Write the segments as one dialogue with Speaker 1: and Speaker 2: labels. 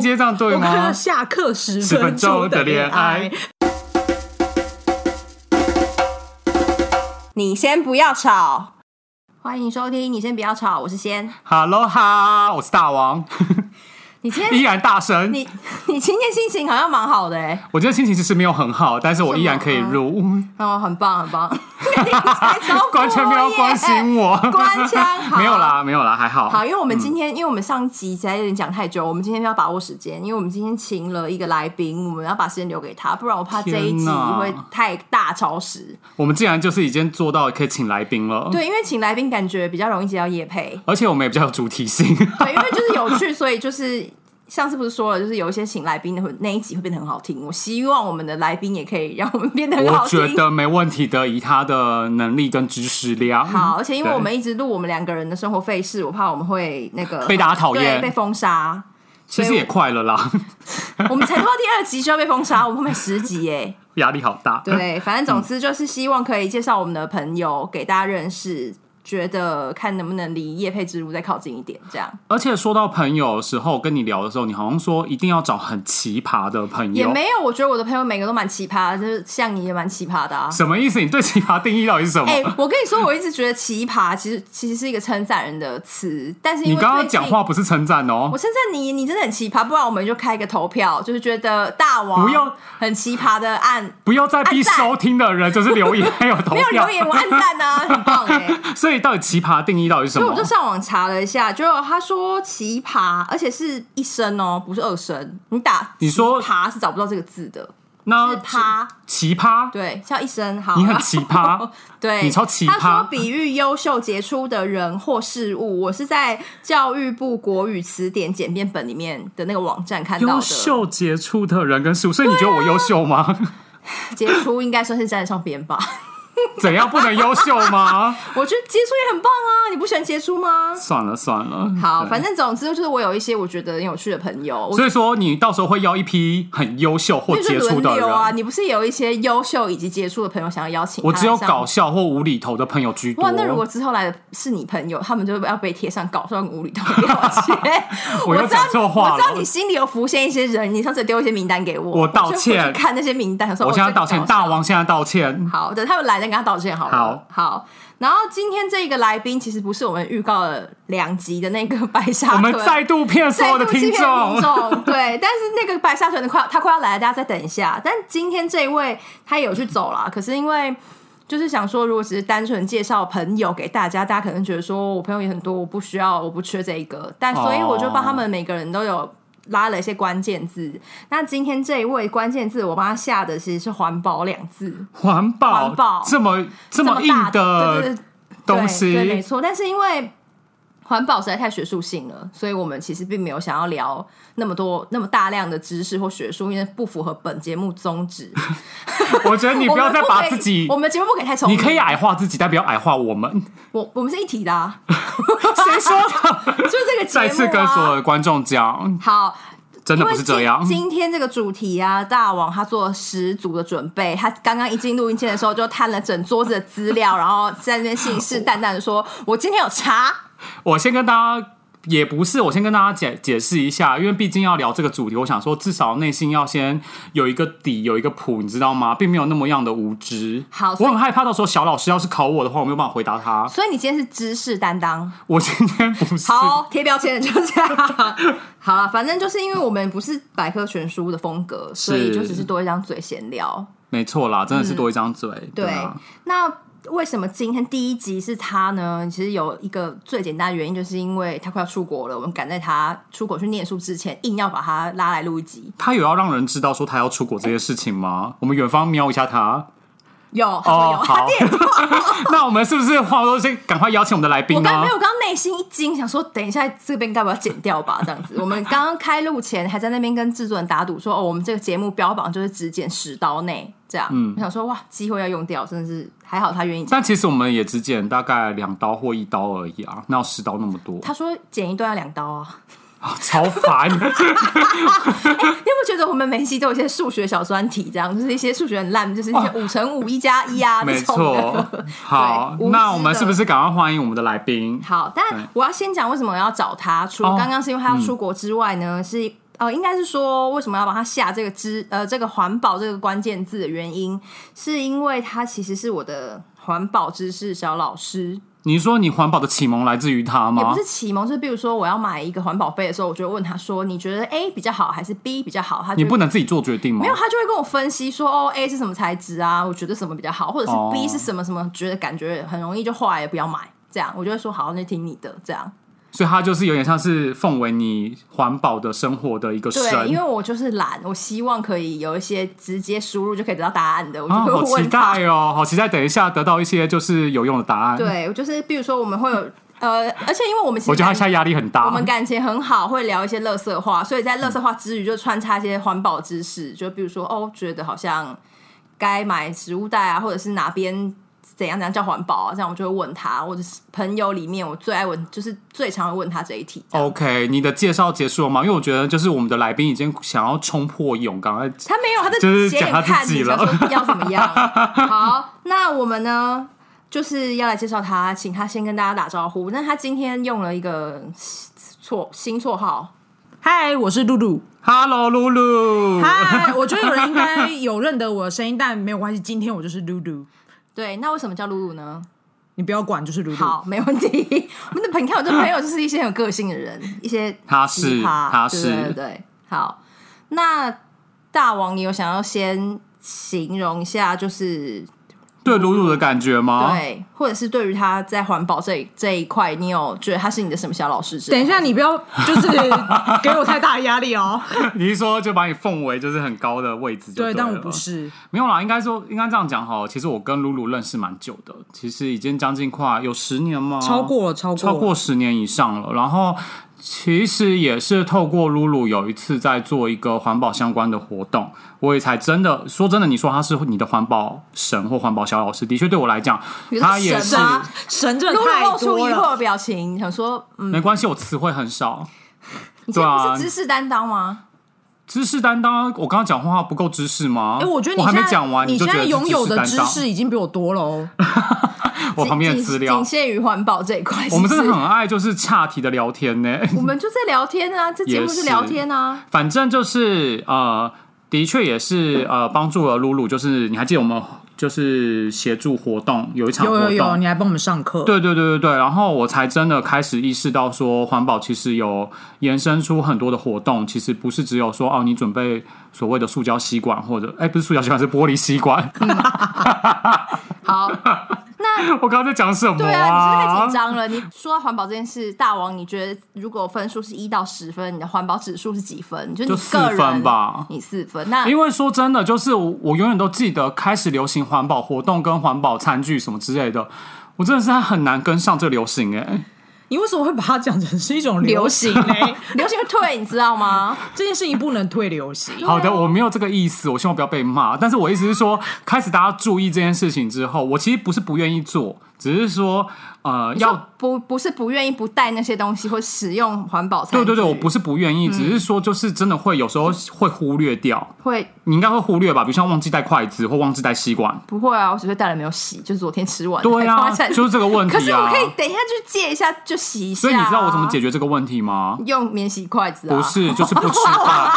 Speaker 1: 今天这样对
Speaker 2: 我看
Speaker 1: 吗
Speaker 2: 到？下课十
Speaker 1: 十分钟的恋爱。
Speaker 3: 你先不要吵。欢迎收听，你先不要吵，我是先。
Speaker 1: Hello 哈，我是大王，
Speaker 3: 你今
Speaker 1: 依
Speaker 3: 天，
Speaker 1: 然大神。
Speaker 3: 哎你你今天心情好像蛮好的哎、
Speaker 1: 我今天心情其实没有很好，但是我依然可以入，
Speaker 3: 哦，很棒很 棒，你才找我耶
Speaker 1: 完全没有关心我，
Speaker 3: 官哎腔好
Speaker 1: 没有啦，没有啦，还好。
Speaker 3: 好，因为我们今天，因为我们上集实在有点讲太久，我们今天要把握时间，因为我们今天请了一个来宾，我们要把时间留给他，不然我怕这一
Speaker 1: 天
Speaker 3: 集
Speaker 1: 哪
Speaker 3: 会太大超时。
Speaker 1: 我们竟然就是已经做到可以请来宾了，
Speaker 3: 对，因为请来宾感觉比较容易接到夜配，
Speaker 1: 而且我们也比较有主题 性。
Speaker 3: 对，因为就是有趣，所以就是。上次不是说了，就是有一些请来宾的会那一集会变得很好听。我希望我们的来宾也可以让我们变得很好
Speaker 1: 我
Speaker 3: 听。
Speaker 1: 觉得没问题的，以他的能力跟知识量，
Speaker 3: 好，而且因为
Speaker 1: 对
Speaker 3: 我们一直录我们两个人的生活费事，我怕我们会那个
Speaker 1: 被大家讨厌
Speaker 3: 对被封杀。
Speaker 1: 其
Speaker 3: 所
Speaker 1: 实
Speaker 3: 以
Speaker 1: 也快了啦，
Speaker 3: 我们才录到第二集就要被封杀，我们后面十集耶。
Speaker 1: 压力好大。
Speaker 3: 对，反正总之就是希望可以介绍我们的朋友给大家认识，觉得看能不能离叶配之路再靠近一点，这样
Speaker 1: 而且说到朋友的时候，跟你聊的时候，你好像说一定要找很奇葩的朋
Speaker 3: 也
Speaker 1: 友，
Speaker 3: 没有。我觉得我的朋友每个都蛮奇葩，就是像你也蛮奇葩的啊。
Speaker 1: 什么意思？你对奇葩定义到底是什么？
Speaker 3: 哎、我跟你说，我一直觉得奇葩其实其实是一个称赞人的词，但是因
Speaker 1: 你
Speaker 3: 为
Speaker 1: 刚刚
Speaker 3: 最近
Speaker 1: 讲话不是称赞哦
Speaker 3: 我，称赞你，你真的很奇葩，不然我们就开一个投票，就是觉得大王
Speaker 1: 不用
Speaker 3: 很奇葩的按
Speaker 1: 不要再逼
Speaker 3: 按赞
Speaker 1: 收听的人就是留言还有投
Speaker 3: 哎没有
Speaker 1: 票
Speaker 3: 留。言我按赞 啊，很棒哎、
Speaker 1: 所以到底奇葩定义到底是什
Speaker 3: 所以
Speaker 1: 么
Speaker 3: 我？就上网查了一下，就他说奇葩，而且是一声哦，不是二声。你打
Speaker 1: 你说
Speaker 3: 奇葩是找不到这个字的，
Speaker 1: 那
Speaker 3: 是趴，
Speaker 1: 奇葩，
Speaker 3: 对，叫一声好。
Speaker 1: 你很奇葩，
Speaker 3: 对，
Speaker 1: 你超奇葩
Speaker 3: 他说比喻优秀杰出的人或事物，我是在教育部国语词典简编本里面的那个网站看到
Speaker 1: 优
Speaker 3: 的。
Speaker 1: 秀杰出的人跟事物，所以你觉得我优秀 吗？
Speaker 3: 杰出应该算是站得上边吧？
Speaker 1: 怎样不能优秀吗？
Speaker 3: 我觉得杰出也很棒啊，你不喜欢杰出吗？
Speaker 1: 算了算了，
Speaker 3: 好，
Speaker 1: 对
Speaker 3: 反正总之就是我有一些我觉得很有趣的朋友，我
Speaker 1: 所以说你到时候会要一批很优秀或
Speaker 3: 那就
Speaker 1: 杰出
Speaker 3: 轮
Speaker 1: 的
Speaker 3: 流
Speaker 1: 人。
Speaker 3: 啊！你不是有一些优秀以及杰出的朋友想要邀请？
Speaker 1: 我只有搞。笑或无厘头的朋友居多。
Speaker 3: 哇，那如果之后来的是你朋友，他们就要被贴上搞笑无理的标 签。
Speaker 1: 我又
Speaker 3: 知道
Speaker 1: 讲错话了
Speaker 3: 我知道你心里有浮现一些人，你上次丢一些名单给我，
Speaker 1: 我道歉
Speaker 3: 我就回去看那些名单，说
Speaker 1: 我现在道
Speaker 3: 哦
Speaker 1: 歉，
Speaker 3: 这个搞笑
Speaker 1: 大王现在道歉。
Speaker 3: 好，等他们来再跟他道歉好了。
Speaker 1: 好
Speaker 3: 好，然后今天这个来宾其实不是我们预告了两集的那个白沙
Speaker 1: 我
Speaker 3: 屯，
Speaker 1: 们再度骗所有的
Speaker 3: 欺
Speaker 1: 听
Speaker 3: 骗
Speaker 1: 众
Speaker 3: 听，众，对， 但是那个白沙屯的快他快要来了，大家再等一下。但今天这一位他也有去走啦， 可是因为就是想说，如果只是单纯介绍朋友给大家，大家可能觉得说我朋友也很多，我不需要，我不缺这一个，但所以我就帮他们每个人都有。拉了一些关键字，那今天这一位关键字，我帮他下的其实是环保两字，
Speaker 1: 环保
Speaker 3: 环保
Speaker 1: 这么这么
Speaker 3: 大
Speaker 1: 硬
Speaker 3: 对对
Speaker 1: 的
Speaker 3: 对
Speaker 1: 东
Speaker 3: 对，对
Speaker 1: 西，
Speaker 3: 没错。但是因为环保实在太学术性了，所以我们其实并没有想要聊那么多、那么大量的知识或学术，因为不符合本节目宗旨。
Speaker 1: 我觉得你不要再
Speaker 3: 我们
Speaker 1: 把
Speaker 3: 可以
Speaker 1: 自己
Speaker 3: 我，们的节目不可以太聪
Speaker 1: 你
Speaker 3: 明。
Speaker 1: 可以，矮化自己，但不要矮化我们。
Speaker 3: 我我们是一体的、啊，
Speaker 1: 谁说 的？
Speaker 3: 就这个节目、
Speaker 1: 再
Speaker 3: 啊。
Speaker 1: 次跟所有的观众讲，
Speaker 3: 好，
Speaker 1: 真的不是这样
Speaker 3: 啊因为。今今天这个主题啊，大王他做了十足的准备。他刚刚一进录音间的时候，就摊了整桌子的资料，然后在那边信誓旦旦的说：“我今天有查。”
Speaker 1: 我先跟大家。也不是，我先跟大家解解释一下，因为毕竟要聊这个主题，我想说至少内心要先有一个底，有一个谱，你知道吗？并没有那么样的无知。
Speaker 3: 好
Speaker 1: 我
Speaker 3: 所以
Speaker 1: 很害怕到时候小老师要是考我的话，我没有办法回答他。
Speaker 3: 所以你今天是知识担当。
Speaker 1: 我今天不是，
Speaker 3: 好，贴标签就这样。 好了，反正就是因为我们不是百科全书的风格，所以就只是多一张嘴闲聊。
Speaker 1: 没错啦，真的是多一张嘴。
Speaker 3: 嗯对，
Speaker 1: 啊，
Speaker 3: 那为什么今天第一集是他呢？其实有一个最简单的原因，就是因为他快要出国了，我们赶在他出国去念书之前，硬要把他拉来录一集。
Speaker 1: 他有要让人知道说他要出国这些事情吗？我们远方瞄一下他。
Speaker 3: 有，他说有，
Speaker 1: 哦
Speaker 3: 他
Speaker 1: 好
Speaker 3: 念错。
Speaker 1: 那我们是不是话说先赶快邀请我们的来
Speaker 3: 我
Speaker 1: 宾啊
Speaker 3: 刚
Speaker 1: 呢
Speaker 3: 没？有，我刚内心一惊，想说等一下这边该不要剪掉吧？这样子，我们刚刚开录前还在那边跟制作人打赌说，哦，我们这个节目标榜就是只剪十刀内这样。
Speaker 1: 嗯
Speaker 3: 我想说哇，机会要用掉，真的是还好他愿意剪。
Speaker 1: 但其实我们也只剪大概两刀或一刀而已啊，哪有十刀那么 多？
Speaker 3: 他说剪一段要两刀啊，
Speaker 1: 超烦。
Speaker 3: 你有没有觉得我们每一期都有一些数学小专题，这样就是一些数学很烂，就是一些五乘五一加一啊，
Speaker 1: 没
Speaker 3: 这种的
Speaker 1: 错，好
Speaker 3: 对无，
Speaker 1: 那
Speaker 3: 知
Speaker 1: 我们
Speaker 3: 的
Speaker 1: 是不是赶快欢迎我们的来宾？
Speaker 3: 好，但
Speaker 1: 对
Speaker 3: 我要先讲为什么我要找他。除了
Speaker 1: 哦嗯
Speaker 3: 刚刚是因为他要出国之外呢，是呃，应该是说为什么要把它下这个知呃这个环保这个关键字的原因，是因为他其实是我的环保知识小老师，
Speaker 1: 你说你环保的启蒙来自于他
Speaker 3: 也
Speaker 1: 吗
Speaker 3: 不？是启蒙，就是比如说我要买一个环保杯的时候，我就会问他说，你觉得 A 比较好还是 B 比较好？他就
Speaker 1: 你不能自己做决定吗
Speaker 3: 没？有，他就会跟我分析说，哦，A 是什么材质啊，我觉得什么比较好，或者是
Speaker 1: 哦
Speaker 3: B 是什么什么，觉得感觉很容易就坏了，不要买。这样，我就会说好，那就听你的。这样，
Speaker 1: 所以他就是有点像是奉为你环保的生活的一个
Speaker 3: 对，因
Speaker 1: 神
Speaker 3: 为我就是懒，我希望可以有一些直接输入就可以得到答案的，我就
Speaker 1: 啊，好
Speaker 3: 会
Speaker 1: 期
Speaker 3: 问他。
Speaker 1: 待哦，好期待等一下得到一些就是有用的答案。，
Speaker 3: 对，我就是比如说我们会有呃，而且因为我们其实
Speaker 1: 我觉得他
Speaker 3: 感
Speaker 1: 现在压力很啊
Speaker 3: 我
Speaker 1: 大
Speaker 3: 们。感情很好，会聊一些乐色话，所以在乐色话之余就穿插一些环保知识，就比如说哦，觉得好像该买食物袋啊，或者是哪边怎样怎样叫环保啊，这样我就会问他，或者是朋友里面我最爱问，就是最常会问他这一题。这样
Speaker 1: OK，你的介绍结束了吗？因为我觉得就是我们的来宾已经想要冲破勇，赶快
Speaker 3: 他没有，他在
Speaker 1: 就是
Speaker 3: 斜眼
Speaker 1: 讲他
Speaker 3: 看
Speaker 1: 自己
Speaker 3: 你，
Speaker 1: 了
Speaker 3: 想说要怎么样。好，那我们呢，就是要来介绍他，请他先跟大家打招呼。那他今天用了一个错新绰号，
Speaker 2: 嗨，我是露露。
Speaker 1: Hello，露露。
Speaker 2: 嗨，我觉得有人应该有认得我的声音，但没有关系，今天我就是露露。
Speaker 3: 对，那为什么叫露露呢？
Speaker 2: 你不要管，就是露露。
Speaker 3: 好，没问题。我们的你看，我这朋友就是一些很有个性的人，一些
Speaker 1: 他是
Speaker 3: 奇葩
Speaker 1: 他
Speaker 3: 对
Speaker 1: 是
Speaker 3: 对对对。好，那大王，你有想要先形容一下，就是
Speaker 1: 对露露的感觉吗？
Speaker 3: 对，或者是对于他在环保这一这一块，你有觉得他是你的什么小老师之类的？
Speaker 2: 等一下，你不要就是给我太大的压力哦。
Speaker 1: 你是说就把你奉为就是很高的位置就
Speaker 2: 对，
Speaker 1: 了
Speaker 2: 但我不是。
Speaker 1: 没有啦，应该说应该这样讲好了。其实我跟露露认识蛮久的，其实已经将近快有十年吗？
Speaker 2: 超过了超过
Speaker 1: 哦超过十年以上了。然后其实也是透过露露有一次在做一个环保相关的活动，我也才真的说真的，你说他是你的环保神或环保小老师，的确对我来讲
Speaker 3: 你，说
Speaker 1: 他也是
Speaker 3: 神
Speaker 2: 啊
Speaker 3: 吗
Speaker 2: 神真的
Speaker 3: 露露
Speaker 2: 太
Speaker 3: 露出疑
Speaker 2: 多
Speaker 3: 惑
Speaker 2: 了。
Speaker 3: 的表情，想说，嗯，
Speaker 1: 没关系，我词汇很少，
Speaker 3: 你
Speaker 1: 对
Speaker 3: 现在
Speaker 1: 啊
Speaker 3: 不是知识担当吗？
Speaker 1: 知识担当。我刚刚讲话不够知识吗？
Speaker 2: 哎、我觉得你
Speaker 1: 还
Speaker 2: 现
Speaker 1: 没
Speaker 2: 在
Speaker 1: 讲完，
Speaker 2: 你
Speaker 1: 就
Speaker 2: 现
Speaker 1: 觉得
Speaker 2: 在
Speaker 1: 是
Speaker 2: 拥有
Speaker 1: 知
Speaker 2: 的
Speaker 1: 识
Speaker 2: 知
Speaker 1: 担当
Speaker 2: 识已经比我多了哦。
Speaker 1: 我旁边的
Speaker 3: 仅
Speaker 1: 资料
Speaker 3: 仅，限于环保这一块。
Speaker 1: 我们
Speaker 3: 是
Speaker 1: 真
Speaker 3: 不是
Speaker 1: 的很爱就是岔题的聊天呢、
Speaker 3: 我们就在聊天啊，这节目
Speaker 1: 也
Speaker 3: 是
Speaker 1: 是
Speaker 3: 聊天啊。
Speaker 1: 反正就是呃，的确也是呃，帮助了露露。就是你还记得我们就是协助活动有一场活
Speaker 2: 有
Speaker 1: 动，
Speaker 2: 有有，你还帮我们上课。，
Speaker 1: 对对对对对。然后我才真的开始意识到说，环保其实有延伸出很多的活动，其实不是只有说哦，你准备所谓的塑胶吸管或者哎，不是塑胶吸管，是玻璃吸 管。
Speaker 3: 好，
Speaker 1: 我刚刚在讲什么
Speaker 3: 对啊，你是不是太
Speaker 1: 啊
Speaker 3: 紧？张了。你说到环保这件事，大王，你觉得如果分数是一到十分，你的环保指数是几分？就
Speaker 1: 就
Speaker 3: 你
Speaker 1: 四
Speaker 3: 个人
Speaker 1: 分吧
Speaker 3: 你四分。那
Speaker 1: 因为说真的，就是我我永远都记得开始流行环保活动跟环保餐具什么之类的，我真的是很难跟上这流行哎、
Speaker 2: 你为什么会把它讲成是一种
Speaker 3: 流
Speaker 2: 流
Speaker 3: 行
Speaker 2: 行呢？
Speaker 3: 流行会退，你知道吗？
Speaker 2: 这件事情不能退流行。
Speaker 1: 好的，我没有这个意思，我希望不要被骂。但是我意思是说，开始大家注意这件事情之后，我其实不是不愿意做，只是说，呃，
Speaker 3: 就
Speaker 1: 要
Speaker 3: 不不是不愿意不带那些东西，或使用环保餐
Speaker 1: 对
Speaker 3: 具。
Speaker 1: 对对，我不是不愿意，只是说就是真的会有时候会忽略掉，
Speaker 3: 会
Speaker 1: 你应该会忽略吧，比如像忘记带筷子或忘记带吸管，
Speaker 3: 不会啊，我只是带了没有洗，就是昨天吃 完
Speaker 1: 对
Speaker 3: 才放
Speaker 1: 啊，
Speaker 3: 在餐 具
Speaker 1: 就是这个问
Speaker 3: 可是
Speaker 1: 题
Speaker 3: 我
Speaker 1: 啊
Speaker 3: 可。以等一下去借一下，就洗一下、
Speaker 1: 所以你知道我怎么？解决这个问题吗？
Speaker 3: 用免洗筷子啊，
Speaker 1: 不 是，啊就是不吃 饭，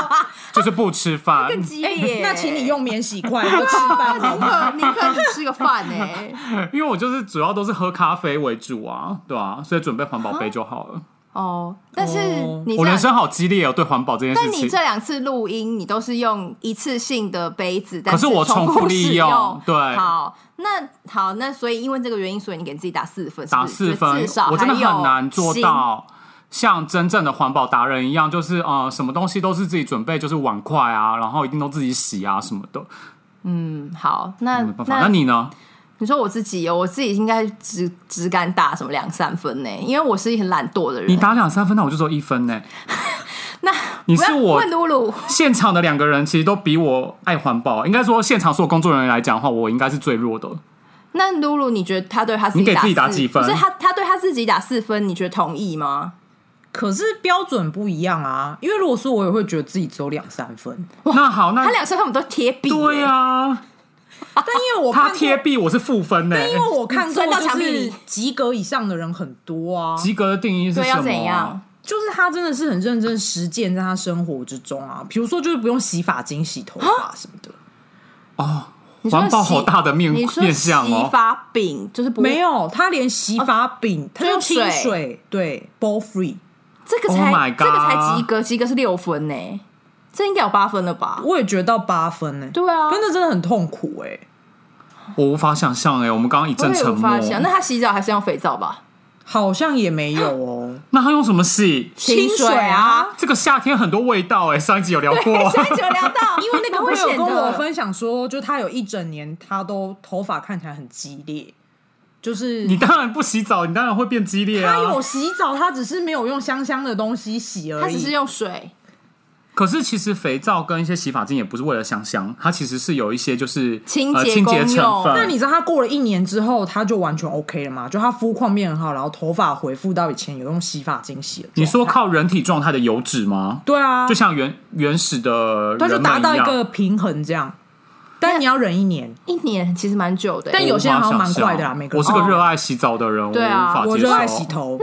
Speaker 1: 就是不吃 饭。
Speaker 3: 更激
Speaker 2: 哎、
Speaker 3: 烈、
Speaker 2: 那请你用免洗筷就吃饭好
Speaker 3: 宁
Speaker 2: 吗？
Speaker 3: 可宁可你吃个饭呢、
Speaker 2: 欸
Speaker 1: 因为我就是主要都是喝咖啡为主啊，对啊，所以准备环保杯就好了。
Speaker 3: 哦，但是
Speaker 2: 哦
Speaker 3: 你这
Speaker 1: 我
Speaker 3: 样
Speaker 1: 人生好激烈哦，对环保这件
Speaker 3: 但
Speaker 1: 事
Speaker 3: 你
Speaker 1: 情。
Speaker 3: 这两次录音，你都是用一次性的杯子，但
Speaker 1: 可是我
Speaker 3: 重
Speaker 1: 重复利
Speaker 3: 使
Speaker 1: 用
Speaker 3: 用。
Speaker 1: 对
Speaker 3: 好，那好，那所以因为这个原因，所以你给自己打四分，是不
Speaker 1: 打
Speaker 3: 是
Speaker 1: 四分
Speaker 3: 至少，
Speaker 1: 我真的
Speaker 3: 还有
Speaker 1: 很难做
Speaker 3: 心。
Speaker 1: 到像真正的环保达人一样，就是呃，什么东西都是自己准备，就是碗筷啊，然后一定都自己洗啊什么的，
Speaker 3: 嗯，好，那
Speaker 1: 没办法。
Speaker 3: 那
Speaker 1: 那你呢？
Speaker 3: 你说我自己哦，我自己应该只只敢打什么两三分呢？因为我是一个很懒惰的人。
Speaker 1: 你打两三分，那我就只有一分呢。
Speaker 3: 那
Speaker 1: 你
Speaker 3: 不要
Speaker 1: 是我
Speaker 3: 问露露，
Speaker 1: 现场的两个人其实都比我爱环保，应该说现场所有工作人员来讲的话，我应该是最弱的。
Speaker 3: 那露露，你觉得他对他自
Speaker 1: 你
Speaker 3: 己
Speaker 1: 给自己打
Speaker 3: 四
Speaker 1: 几分
Speaker 3: 不是他他对他自己打四分，你觉得同意吗？
Speaker 2: 可是标准不一样啊，因为如果说我也会觉得自己只有两三分，
Speaker 1: 那好，那
Speaker 3: 他两三分我们都贴笔耶，
Speaker 1: 啊对啊，
Speaker 2: 但因为我
Speaker 1: 他
Speaker 2: 看过
Speaker 1: 贴，壁我是负分呢。
Speaker 2: 但因为我看过
Speaker 3: 嗯钻到
Speaker 2: 就
Speaker 3: 墙壁里
Speaker 2: 是及格以上的人很多啊，
Speaker 1: 及格的定义是
Speaker 3: 对
Speaker 1: 什
Speaker 3: 要
Speaker 1: 么
Speaker 3: 怎样
Speaker 1: 啊？？
Speaker 2: 就是他真的是很认真实践在他生活之中啊，比如说就是不用洗发精、洗头发什么的，
Speaker 3: 啊你说
Speaker 1: 环保
Speaker 3: 洗
Speaker 1: 好大的面
Speaker 3: 你说
Speaker 1: 面相
Speaker 3: 洗
Speaker 1: 哦，
Speaker 3: 发饼就是不
Speaker 2: 没有，他连洗发饼，他用
Speaker 3: 就是
Speaker 2: 清
Speaker 3: 水
Speaker 2: 水，对，ball free。
Speaker 3: 这个
Speaker 1: Oh
Speaker 3: 才、
Speaker 1: my
Speaker 3: 这个才
Speaker 1: God
Speaker 3: 及格，及格是六分呢、这应该有八分了吧？
Speaker 2: 我也觉得到八分呢、欸，
Speaker 3: 对啊
Speaker 2: 真的真的很痛苦哎、
Speaker 1: 我无法想象哎、我们刚刚一
Speaker 3: 我
Speaker 1: 阵
Speaker 3: 也
Speaker 1: 沉
Speaker 3: 有
Speaker 1: 默
Speaker 3: 发。现，那他洗澡还是用肥皂吧？
Speaker 2: 好像也没有哦，
Speaker 1: 那他用什么洗？
Speaker 3: 清水啊，
Speaker 1: 这个夏天很多味道 哎、上一集有聊过。
Speaker 3: 上一集有聊 到，
Speaker 2: 因为那个
Speaker 3: 危
Speaker 2: 朋友
Speaker 3: 险
Speaker 2: 跟我
Speaker 3: 的，
Speaker 2: 分享说，就他有一整年他都头发看起来很激烈，就是
Speaker 1: 你当然不洗澡，你当然会变激烈啊
Speaker 2: 他。有洗澡，他只是没有用香香的东西洗而已。
Speaker 3: 他只是用水，
Speaker 1: 可是其实肥皂跟一些洗发精也不是为了香香，它其实是有一些就是
Speaker 3: 清
Speaker 1: 呃
Speaker 3: 洁
Speaker 1: 清洁
Speaker 3: 功
Speaker 1: 成
Speaker 3: 用
Speaker 1: 分。
Speaker 2: 那你知道他过了一年之后，他就完全 OK 了嘛？就他肤况变很好，然后头发恢复到以前有用洗发精洗的。
Speaker 1: 你说？靠人体状态的油脂吗？
Speaker 2: 对啊，
Speaker 1: 就像原原始的
Speaker 2: 他就
Speaker 1: 人
Speaker 2: 达
Speaker 1: 们
Speaker 2: 到一
Speaker 1: 样
Speaker 2: 个。平衡这样，但你要忍一年。
Speaker 3: 一年其实蛮久的、欸
Speaker 2: 但有些人好像蛮快的
Speaker 1: 我无法想
Speaker 2: 啦
Speaker 1: 象
Speaker 2: 每个人
Speaker 1: 我是个热爱洗澡的人，我无
Speaker 3: 对啊
Speaker 1: 法
Speaker 2: 我
Speaker 1: 接
Speaker 2: 热爱洗
Speaker 1: 受。
Speaker 2: 头，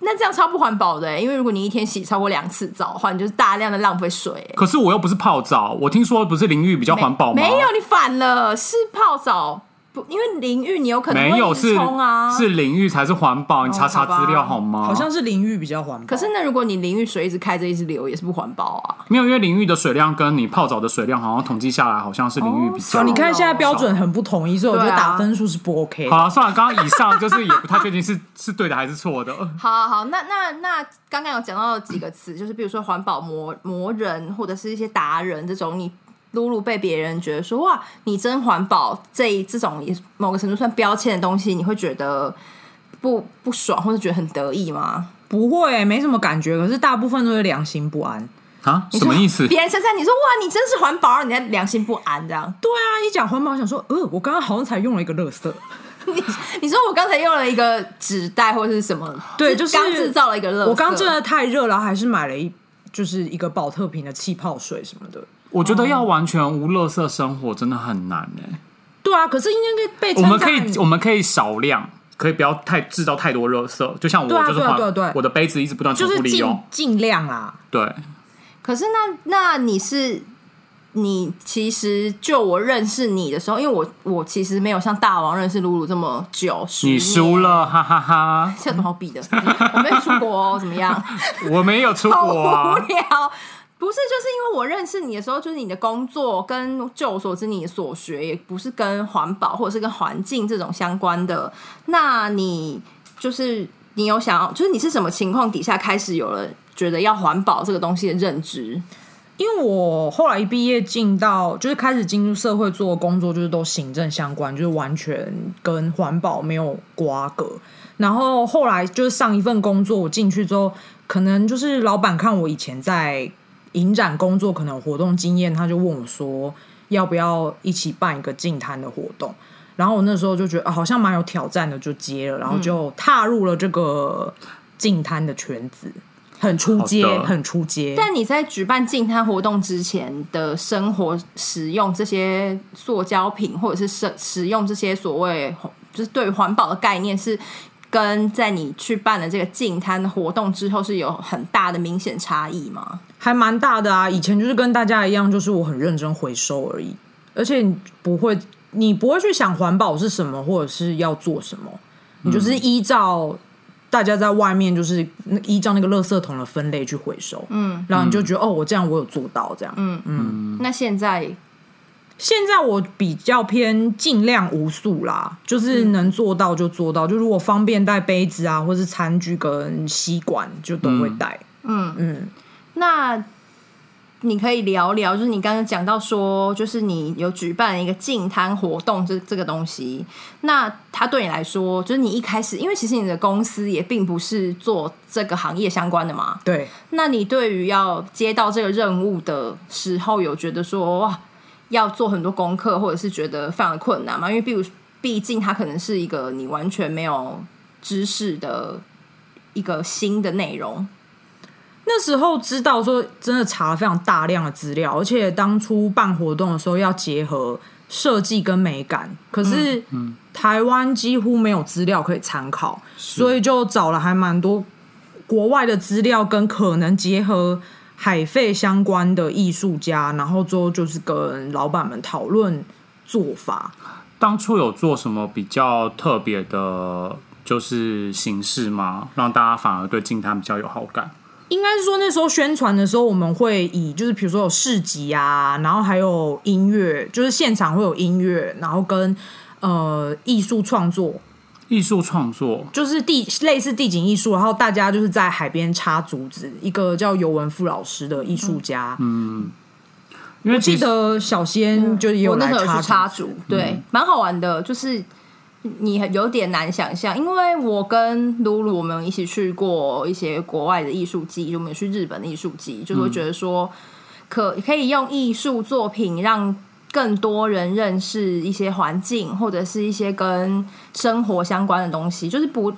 Speaker 3: 那这样超不环保的、欸因为如果你一天洗超过两次澡的话，你就是大量的浪费水、欸
Speaker 1: 可是我又不是泡澡，我听说不是淋浴比较环保吗？
Speaker 3: 没有，你反了，是泡澡不？因为淋浴你有可能
Speaker 1: 没
Speaker 3: 会
Speaker 1: 有
Speaker 3: 一直
Speaker 1: 是
Speaker 3: 冲啊。
Speaker 1: 是淋浴才是环保，你查查
Speaker 3: 好吧
Speaker 1: 资料好吗？
Speaker 2: 好像是淋浴比较环保。
Speaker 3: 可是那如果你淋浴水一直开着一直流，也是不环保啊。
Speaker 1: 没有，因为淋浴的水量跟你泡澡的水量好像统计下来好像是淋浴比较。
Speaker 3: 哦
Speaker 2: 啊你看现在标准很不统一，所以我觉得
Speaker 3: 对啊
Speaker 2: 打分数是不 OK 的。
Speaker 1: 好了，算了，刚刚以上就是也不太确定是 是对的还是错的。
Speaker 3: 好好好，那那那刚刚有讲到几个词，就是比如说环保魔魔人或者是一些达人这种，你露露被别人觉得说哇，你真环保，这一这种也某个程度算标签的东西，你会觉得不不爽或者觉得很得意吗？
Speaker 2: 不会、没什么感觉，可是大部分都是良心不安。
Speaker 1: 啊，
Speaker 3: 你
Speaker 1: 什么
Speaker 3: 说
Speaker 1: 意思？
Speaker 3: 别人称赞你说哇，你真是环保，你在良心不安这样。
Speaker 2: 对啊，一讲环保，我想说，呃，我刚刚好像才用了一个 垃圾，
Speaker 3: 你说我刚才用了一个纸袋或者是什么？
Speaker 2: 对就是
Speaker 3: 刚制造了一个乐。
Speaker 2: 我刚真的太热，然后还是买了一就是一个保特瓶的气泡水什么的。
Speaker 1: 我觉得要完全无垃圾生活真的很难哎、
Speaker 2: 对啊，可是应该被称
Speaker 1: 我
Speaker 2: 赞。
Speaker 1: 们可以我们可以少量，可以不要太制造太多垃圾。就像我
Speaker 2: 对啊
Speaker 1: 就是
Speaker 2: 对啊
Speaker 1: 环
Speaker 2: 对啊对啊
Speaker 1: 我的杯子一直不断重复
Speaker 2: 就是
Speaker 1: 利
Speaker 2: 尽
Speaker 1: 用。
Speaker 2: 尽量啊啦。
Speaker 1: 对，
Speaker 3: 可是那那你是你其实就我认识你的时候，因为我我其实没有像大王认识露露这么久，十
Speaker 1: 你
Speaker 3: 年
Speaker 1: 输，了，哈哈哈！
Speaker 3: 这有什么好比的？我没有出国哦，怎么 样？
Speaker 1: 我没有出
Speaker 3: 好
Speaker 1: 国 啊
Speaker 3: 无。聊。不是，就是因为我认识你的时候，就是你的工作跟就我所知你所学也不是跟环保或者是跟环境这种相关的。那你就是你有想要，就是你是什么情况底下开始有了觉得要环保这个东西的认知？
Speaker 2: 因为我后来一毕业进到，就是开始进入社会做工作，就是都行政相关，就是完全跟环保没有瓜葛。然后后来就是上一份工作，我进去之后，可能就是老板看我以前在影展工作，可能有活动经验，他就问我说要不要一起办一个净摊的活动。然后我那时候就觉得、啊、好像蛮有挑战的，就接了，然后就踏入了这个净摊的圈子，很出街
Speaker 1: 好，的
Speaker 2: 很出街。
Speaker 3: 但你在举办净滩活动之前的生活使用这些塑胶品，或者是使使用这些所谓就是对于环保的概念，是跟在你去办了这个净滩活动之后是有很大的明显差异吗？
Speaker 2: 还蛮大的啊。以前就是跟大家一样，就是我很认真回收而已，而且你不会，你不会去想环保是什么，或者是要做什么，你就是依照。大家在外面就是那依照那个垃圾桶的分类去回收，嗯，然后你就觉得、哦，我这样我有做到这样，嗯。
Speaker 3: 那现在
Speaker 2: 现在我比较偏尽量无塑啦，就是能做到就做到，就如果方便带杯子啊，或是餐具跟吸管就都会带，
Speaker 3: 那你可以聊聊，就是你刚刚讲到说，就是你有举办一个净摊活动这这个东西，那它对你来说，就是你一开始，因为其实你的公司也并不是做这个行业相关的嘛，
Speaker 2: 对。
Speaker 3: 那你对于要接到这个任务的时候，有觉得说哇，要做很多功课，或者是觉得非常的困难吗？因为比如，毕竟它可能是一个你完全没有知识的一个新的内容，
Speaker 2: 那时候知道说，真的查了非常大量的资料，而且当初办活动的时候要结合设计跟美感，可是台湾几乎没有资料可以参考，所以就找了还蛮多。国外的资料跟可能结合海费相关的艺术家，然后之后就是跟老板们讨论做法。
Speaker 1: 当初有做什么比较特别的，就是形式吗？让大家反而对静态比较有好感？
Speaker 2: 应该是说那时候宣传的时候，我们会以就是比如说有市集啊，然后还有音乐，就是现场会有音乐，然后跟呃艺术创作，
Speaker 1: 艺术创作
Speaker 2: 就是地类似地景艺术，然后大家就是在海边插竹子，一个叫尤文富老师的艺术家，嗯
Speaker 1: 因为
Speaker 2: 我记
Speaker 1: 其实
Speaker 2: 得小仙就也
Speaker 3: 我那
Speaker 2: 来
Speaker 3: 时候有去
Speaker 2: 插嗯
Speaker 3: 插
Speaker 2: 竹
Speaker 3: 足，对，蛮好玩的，就是。你很有点难想象，因为我跟露露我们一起去过一些国外的艺术季，就我们有去日本的艺术季，就会觉得说可可以用艺术作品让更多人认识一些环境，或者是一些跟生活相关的东西，就是不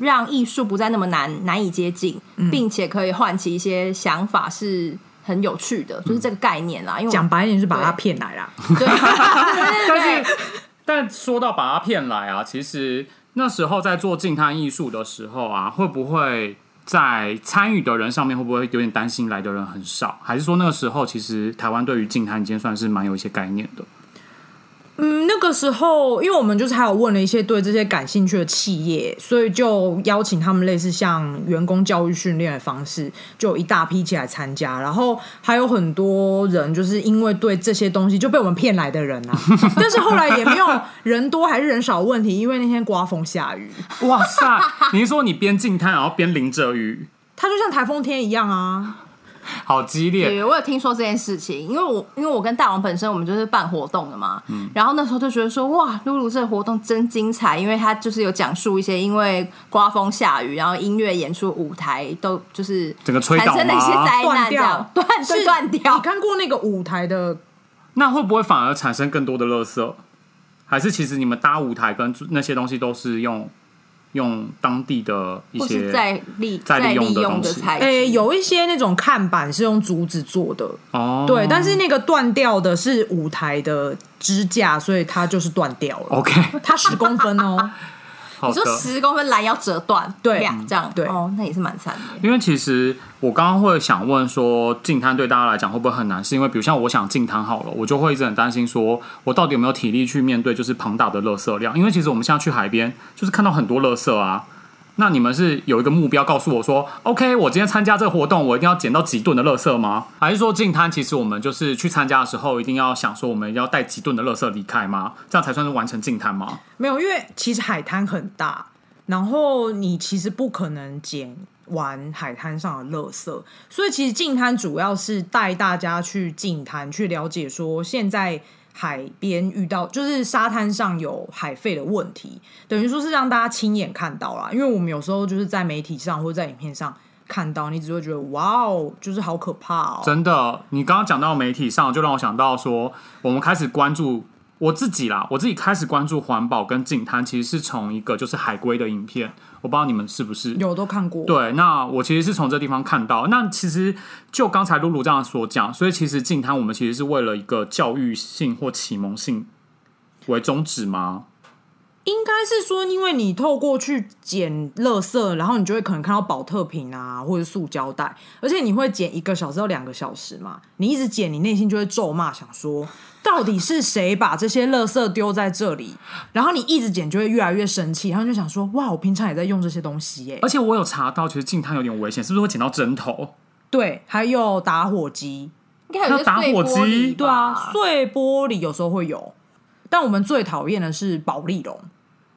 Speaker 3: 让艺术不再那么难难以接近，并且可以唤起一些想法是很有趣的，就是这个概念啦。因为我
Speaker 2: 讲白一点就是把他骗来啦。
Speaker 3: 对，但是
Speaker 1: 但说到把它骗来啊，其实那时候在做静态艺术的时候啊，会不会在参与的人上面会不会有点担心来的人很少？还是说那个时候其实台湾对于静态已经算是蛮有一些概念 的？
Speaker 2: 嗯，那个时候，因为我们就是还有问了一些对这些感兴趣的企业，所以就邀请他们类似像员工教育训练的方式，就有一大批起来参加。然后还有很多人就是因为对这些东西就被我们骗来的人 啊，但是后来也没有人多还是人少的问题，因为那天刮风下雨，
Speaker 1: 哇塞！你是说你边静态然后边淋着雨，
Speaker 2: 它就像台风天一 样啊。
Speaker 1: 好激烈！
Speaker 3: 对，我有听说这件事情，因为我因为我跟大王本身我们就是办活动的嘛，
Speaker 1: 嗯
Speaker 3: 然后那时候就觉得说哇，露露这个活动真精彩，因为他就是有讲述一些因为刮风下雨，然后音乐演出舞台都就是
Speaker 1: 整个吹倒
Speaker 3: 产生了一些
Speaker 1: 吗
Speaker 3: 灾
Speaker 2: 断
Speaker 3: 难，这
Speaker 2: 掉
Speaker 3: 样断
Speaker 2: 是
Speaker 3: 就断
Speaker 2: 你
Speaker 3: 掉。
Speaker 2: 看过那个舞台的
Speaker 1: 那会不会反而产生更多的垃圾？还是其实你们搭舞台跟那些东西都是用用当地的一
Speaker 3: 或
Speaker 1: 些
Speaker 3: 是再利
Speaker 1: 再利用的
Speaker 3: 利用
Speaker 1: 东
Speaker 3: 的
Speaker 1: 西
Speaker 3: 材质，
Speaker 2: 诶、哎有一些那种看板是用竹子做的，
Speaker 1: 哦，
Speaker 2: 对，但是那个断掉的是舞台的支架，所以它就是断掉了。
Speaker 1: OK，
Speaker 2: 它十公分哦，
Speaker 1: 好
Speaker 3: 你
Speaker 1: 的
Speaker 3: 说。十公分拦腰折断，
Speaker 2: 对
Speaker 3: 啪这样，
Speaker 2: 对
Speaker 3: 哦，那也是蛮惨的。
Speaker 1: 因为其实我刚刚会想问说，进摊对大家来讲会不会很难？是因为比如像我想进摊好了，我就会一直很担心说，我到底有没有体力去面对就是庞大的垃圾量？因为其实我们现在去海边， 就是看到很多垃圾啊。那你们是有一个目标告诉我说，OK，我今天参加这个活动，我一定要捡到几吨的垃圾吗？还是说进摊其实我们就是去参加的时候，一定要想说我们要带几吨的垃圾离开吗？这样才算是完成进摊吗？
Speaker 2: 没 有，因为其实海滩很大，然后你其实不可能捡完海滩上的垃圾，所以其实净滩主要是带大家去净滩，去了解说现在。海边遇到就是沙滩上有海废的问题，等于说是让大家亲眼看到啦。因为我们有时候就是在媒体上或者在影片上看到，你只会觉得哇哦，就是好可怕哦。
Speaker 1: 真的，你刚刚讲到媒体上，就让我想到说，我们开始关注我自己啦，我自己开始关注环保跟净滩，其实是从一个就是海龟的影片，我不知道你们是不是。
Speaker 2: 有都看过，
Speaker 1: 对，那我其实是从这地方看到。那其实就刚才露露这样所讲，所以其实净滩我们其实是为了一个教育性或启蒙性为宗旨吗？
Speaker 2: 应该是说，因为你透过去捡垃圾，然后你就会可能看到保特瓶啊，或者塑胶袋，而且你会捡一个小时到两个小时嘛，你一直捡，你内心就会咒骂，想说到底是谁把这些垃圾丢在这里？然后你一直捡，就会越来越生气，然后你就想说，哇，我平常也在用这些东西耶、
Speaker 1: 而且我有查到，其实净滩有点危险，是不是会捡到针头？
Speaker 2: 对，还有打火机，
Speaker 3: 应该有
Speaker 1: 那
Speaker 3: 些
Speaker 1: 打
Speaker 3: 碎
Speaker 1: 火
Speaker 3: 玻
Speaker 1: 机
Speaker 3: 璃
Speaker 1: 对
Speaker 3: 吧
Speaker 2: 啊，碎玻璃有时候会有，但我们最讨厌的是保丽龙，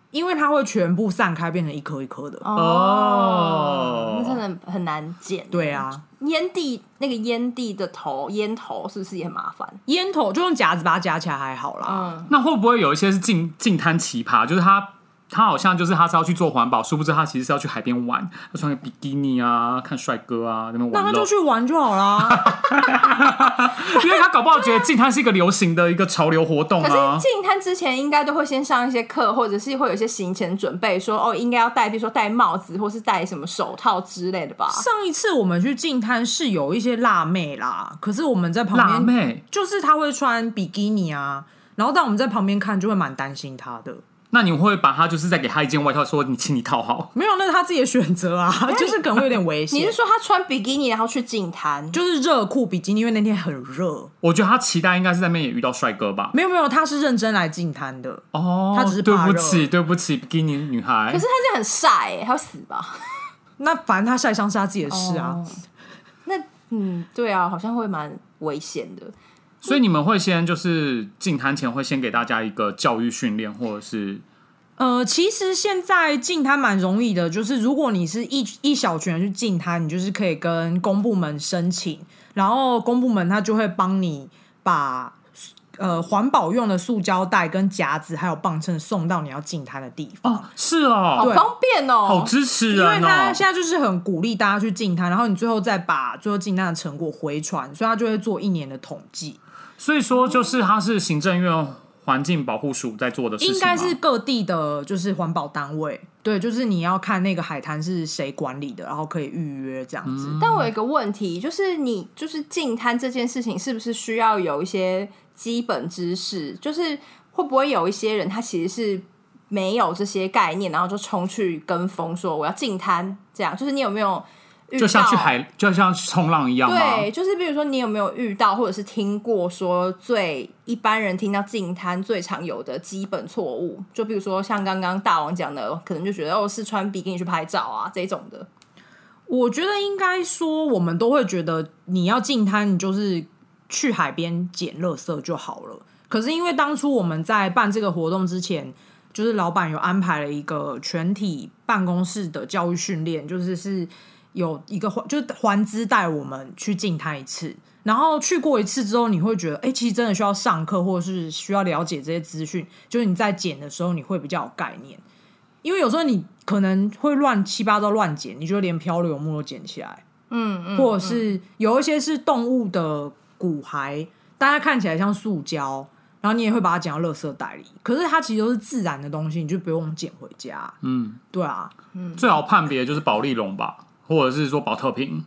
Speaker 2: 因为它会全部散开，变成一颗一颗的。
Speaker 1: 哦
Speaker 3: 那真的很难剪。
Speaker 2: 对，啊，
Speaker 3: 烟蒂那个烟蒂的头烟头是不是也很麻烦？
Speaker 2: 烟头就用夹子把它夹起来还好啦。
Speaker 3: 嗯，
Speaker 1: 那会不会有一些是净净滩奇葩？就是他他好像就是他是要去做环保，殊不知他其实是要去海边玩，他穿个比基尼啊，看帅哥啊，那边
Speaker 2: 那
Speaker 1: 玩
Speaker 2: 他
Speaker 1: 乐
Speaker 2: 就。去玩就好 啦。
Speaker 1: 因为他搞不好觉得净滩是一个流行的一个潮流活动
Speaker 3: 可是
Speaker 1: 啊。
Speaker 3: 进摊之前应该都会先上一些课，或者是会有一些行前准备说，哦应该要戴，比如说戴帽子或是戴什么手套之类的吧。
Speaker 2: 上一次我们去净滩是有一些辣妹啦，可是我们在
Speaker 1: 辣
Speaker 2: 旁边
Speaker 1: 妹，
Speaker 2: 就是她会穿比基尼啊，然后但我们在旁边看就会蛮担心她的。
Speaker 1: 那你会把他就是再给他一件外套，说你请你套好，
Speaker 2: 没有，那是他自己的选择 啊，就是可能会有点危
Speaker 3: 你
Speaker 2: 险
Speaker 3: 是。说他穿比基尼然后去净滩？
Speaker 2: 就是热裤比基尼，因为那天很热。
Speaker 1: 我觉得他期待应该是在那边也遇到帅哥吧。
Speaker 2: 没有没有，他是认真来进摊的。
Speaker 1: 哦，
Speaker 2: 他只是
Speaker 1: 对
Speaker 2: 怕
Speaker 1: 不
Speaker 2: 热
Speaker 1: 起，对不起，比基尼女孩。
Speaker 3: 可是他这样很晒耶，他要死吧？
Speaker 2: 那反正他晒伤是他自己的事啊。
Speaker 3: 哦那嗯，对啊，好像会蛮危险的。
Speaker 1: 所以你们会先就是进摊前会先给大家一个教育训练，或者是
Speaker 2: 呃，其实现在进摊蛮容易的，就是如果你是一一小群人去进摊，你就是可以跟公部门申请，然后公部门他就会帮你把呃环保用的塑胶袋、跟夹子还有磅秤送到你要进摊的地方。
Speaker 1: 哦，是哦，
Speaker 3: 好方便哦、
Speaker 1: 好支持
Speaker 2: 因为
Speaker 1: 人
Speaker 2: 他
Speaker 1: 哦。
Speaker 2: 现在就是啊很鼓励大家去进摊，然后你最后再把最后进摊的成果回传，所以他就会做一年的统计，
Speaker 1: 所以说，就是他是行政院环境保护署在做的事情吗，
Speaker 2: 应该是各地的就是环保单位，对，就是你要看那个海滩是谁管理的，然后可以预约这样子。
Speaker 3: 但我有一个问题，就是你就是进摊这件事情，是不是需要有一些基本知识？就是会不会有一些人他其实是没有这些概念，然后就冲去跟风说我要进摊，这样就是你有没有遇到？
Speaker 1: 就像去海，就像去冲浪一样吗？
Speaker 3: 对，就是比如说你有没有遇到，或者是听过说最一般人听到进摊最常有的基本错误，就比如说像刚刚大王讲的，可能就觉得哦是穿比基尼去拍照啊这种的。
Speaker 2: 我觉得应该说，我们都会觉得你要进摊，你就是去海边捡垃圾就好了。可是因为当初我们在办这个活动之前，就是老板有安排了一个全体办公室的教育训练，就是是有一个环，就是环资带我们去进摊一次。然后去过一次之后，你会觉得，哎，其实真的需要上课，或者是需要了解这些资讯。就是你在捡的时候，你会比较有概念。因为有时候你可能会乱七八糟乱捡，你就连漂流木都捡起来，
Speaker 3: 嗯嗯，
Speaker 2: 或者是有一些是动物的骨骸，但它看起来像塑胶，然后你也会把它捡到垃圾袋里。可是它其实都是自然的东西，你就不用捡回家。
Speaker 1: 嗯，
Speaker 2: 对啊，
Speaker 1: 最好判别就是保利龙吧，或者是说保特瓶。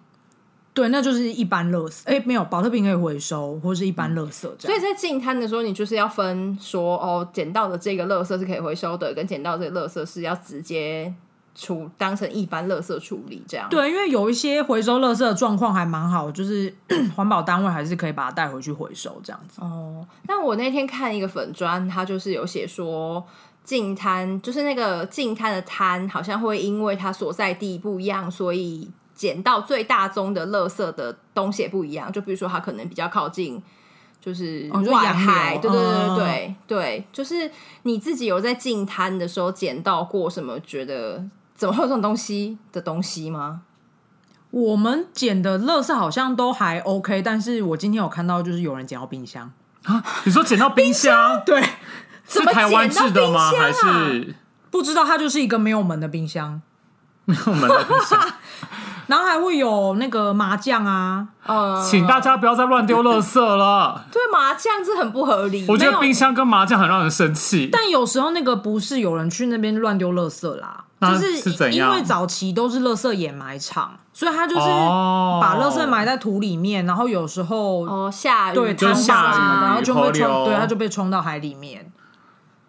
Speaker 2: 对，那就是一般垃圾。哎、没有，保特瓶可以回收，或是一般垃圾这
Speaker 3: 所以
Speaker 2: 样。
Speaker 3: 在进摊的时候，你就是要分说哦，捡到的这个垃圾是可以回收的，跟捡到这个垃圾是要直接处当成一般垃圾处理这样。，
Speaker 2: 对，因为有一些回收垃圾的状况还蛮好，就是 环保单位还是可以把它带回去回收这样子。
Speaker 3: 哦，那我那天看一个粉砖，它就是有写说。进摊就是那个进摊的摊，好像会因为它所在地不一样，所以捡到最大宗的垃圾的东西也不一样。就比如说，它可能比较靠近就是
Speaker 2: 哦就
Speaker 3: 外
Speaker 2: 洋流
Speaker 3: 海，对对对对
Speaker 2: 嗯
Speaker 3: 对、对，就是你自己有在进摊的时候捡到过什么觉得怎么会有这种东西的东西吗？
Speaker 2: 我们捡的垃圾好像都还 OK，但是我今天有看到就是有人捡到冰箱，
Speaker 1: 你说捡到冰箱，
Speaker 2: 对，
Speaker 1: 是
Speaker 3: 怎么
Speaker 1: 台湾制的吗？
Speaker 3: 捡到
Speaker 1: 还
Speaker 3: 冰箱啊
Speaker 1: 是
Speaker 2: 不知道它就是一个没有门的冰箱，
Speaker 1: 我们的冰箱？
Speaker 2: 然后还会有那个麻将啊，
Speaker 3: 呃，
Speaker 1: 请大家不要再乱丢垃圾了。
Speaker 3: 对麻将这很不合理。
Speaker 1: 我觉
Speaker 3: 没
Speaker 1: 得
Speaker 3: 有
Speaker 1: 冰箱跟麻将很让人生气。
Speaker 2: 但有时候那个不是有人去那边乱丢垃圾啦，
Speaker 1: 那
Speaker 2: 就是
Speaker 1: 啊怎
Speaker 2: 因
Speaker 1: 样
Speaker 2: 为早期都是垃圾掩埋场，所以他就是
Speaker 1: 哦
Speaker 2: 把垃圾埋在土里面，然后有时候、
Speaker 3: 哦下雨
Speaker 2: 对
Speaker 1: 就是
Speaker 2: 摊
Speaker 3: 冲
Speaker 1: 下
Speaker 2: 贩啊
Speaker 1: 雨
Speaker 2: 什么的，然后就
Speaker 1: 河
Speaker 2: 会
Speaker 1: 流
Speaker 2: 冲，对，它就被冲到海里面。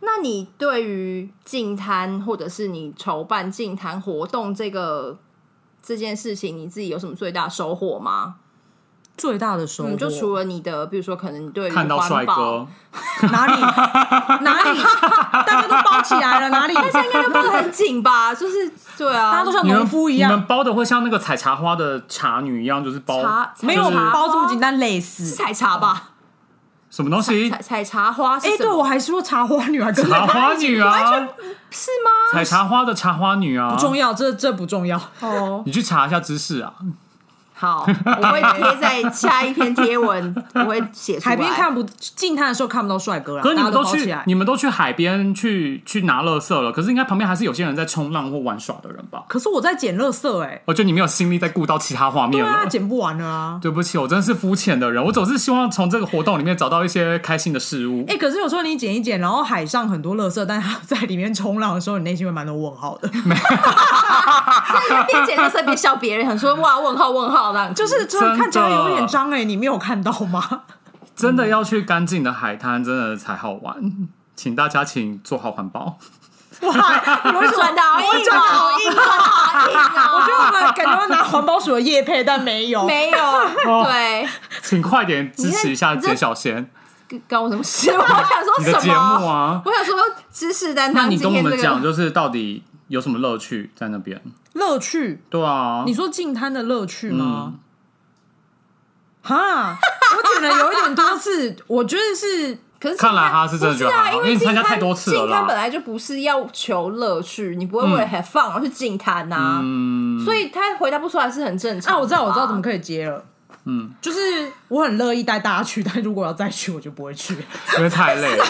Speaker 3: 那你对于进摊或者是你筹办进摊活动这个这件事情，你自己有什么最大收获吗？
Speaker 2: 最大的收获、
Speaker 3: 嗯，就除了你的，比如说可能你对于
Speaker 1: 看到帅
Speaker 3: 环保，
Speaker 1: 哥，
Speaker 2: 哪里哪里，大家都包起来了，哪 里？
Speaker 3: 应该包的很紧吧？ 就是对啊，
Speaker 2: 大家都像
Speaker 1: 你
Speaker 2: 农
Speaker 1: 们
Speaker 2: 夫一
Speaker 1: 你
Speaker 2: 样
Speaker 1: 们，包的会像那个采茶花的茶女一样，就是包
Speaker 3: 茶
Speaker 1: 就是
Speaker 2: 没有
Speaker 3: 就是
Speaker 2: 包这么简单，累
Speaker 3: 是
Speaker 2: 死。
Speaker 3: 采茶吧？
Speaker 1: 什么东西
Speaker 3: 采。采茶花是
Speaker 2: 哦哎，
Speaker 3: 什
Speaker 2: 对
Speaker 3: 么？
Speaker 2: 我还说茶花女孩跟
Speaker 1: 茶花女啊，
Speaker 3: 是吗？
Speaker 1: 采茶花的茶花女啊，
Speaker 2: 不重要，这这不重要。
Speaker 3: 哦，
Speaker 1: 你去查一下知识啊。
Speaker 3: 好，我会贴在下一篇贴文，我会写出来。
Speaker 2: 海 边看不近滩的时候看不到帅哥啦，
Speaker 1: 可是你
Speaker 2: 大家
Speaker 1: 们都
Speaker 2: 包起
Speaker 1: 去
Speaker 2: 来，。
Speaker 1: 你们都去海边去去拿垃圾了，可是应该旁边还是有些人在冲浪或玩耍的人吧？
Speaker 2: 可是我在捡垃圾哎，
Speaker 1: 我觉得你没有心力在顾到其他画面
Speaker 2: 对
Speaker 1: 了
Speaker 2: 啊，。捡不完了啊。
Speaker 1: 对不起，我真的是肤浅的人，我总是希望从这个活动里面找到一些开心的事物。
Speaker 2: 哎，可是有时候你捡一捡，然后海上很多垃圾，但是在里面冲浪的时候，你内心会蛮多问号的，
Speaker 3: 边捡垃圾边笑别人，很说哇问号问号这样子，
Speaker 2: 就是真
Speaker 1: 真
Speaker 2: 的
Speaker 1: 的
Speaker 2: 看起来有点脏哎，你没有看到 吗？
Speaker 1: 真的要去干净的海滩，真的才好玩。请大家请做好环保。
Speaker 2: 哇，你会
Speaker 3: 转的好硬
Speaker 2: 转的好硬
Speaker 3: 硬，转的好硬啊！
Speaker 2: 我觉得我们感觉要拿环保署的叶配，但没有。
Speaker 3: 没有，对，
Speaker 1: 请快点支持一下
Speaker 3: 你看
Speaker 1: 简小贤
Speaker 3: 关我什么事？我想说
Speaker 1: 你
Speaker 3: 什
Speaker 1: 的
Speaker 3: 么？
Speaker 1: 节目啊。
Speaker 3: 我想说知识担
Speaker 1: 那
Speaker 3: 当
Speaker 1: 你
Speaker 3: 今
Speaker 1: 跟我
Speaker 3: 天这
Speaker 1: 们讲，
Speaker 3: 个
Speaker 1: 就是到底有什么乐趣在那边？
Speaker 2: 乐趣，
Speaker 1: 对啊，
Speaker 2: 你说进摊的乐趣
Speaker 1: 嗯
Speaker 2: 吗？哈，我觉得有一点多次， 我觉得是
Speaker 3: 可是
Speaker 1: 看来他是真的觉得
Speaker 3: 不是
Speaker 1: 还
Speaker 3: 啊，
Speaker 1: 好
Speaker 3: 因
Speaker 1: 因为你参加
Speaker 3: 进
Speaker 1: 太
Speaker 3: 摊
Speaker 1: 多次了啦
Speaker 3: 进摊本来就不是要求乐趣，你不会为了 have fun 而去进摊呐，
Speaker 1: 嗯，
Speaker 3: 所以他回答不出来是很正常的吧。
Speaker 2: 啊，我知道，我知道怎么可以接了。
Speaker 1: 嗯，
Speaker 2: 就是我很乐意带大家去，但如果要再去，我就不会去。
Speaker 1: 因为太累了。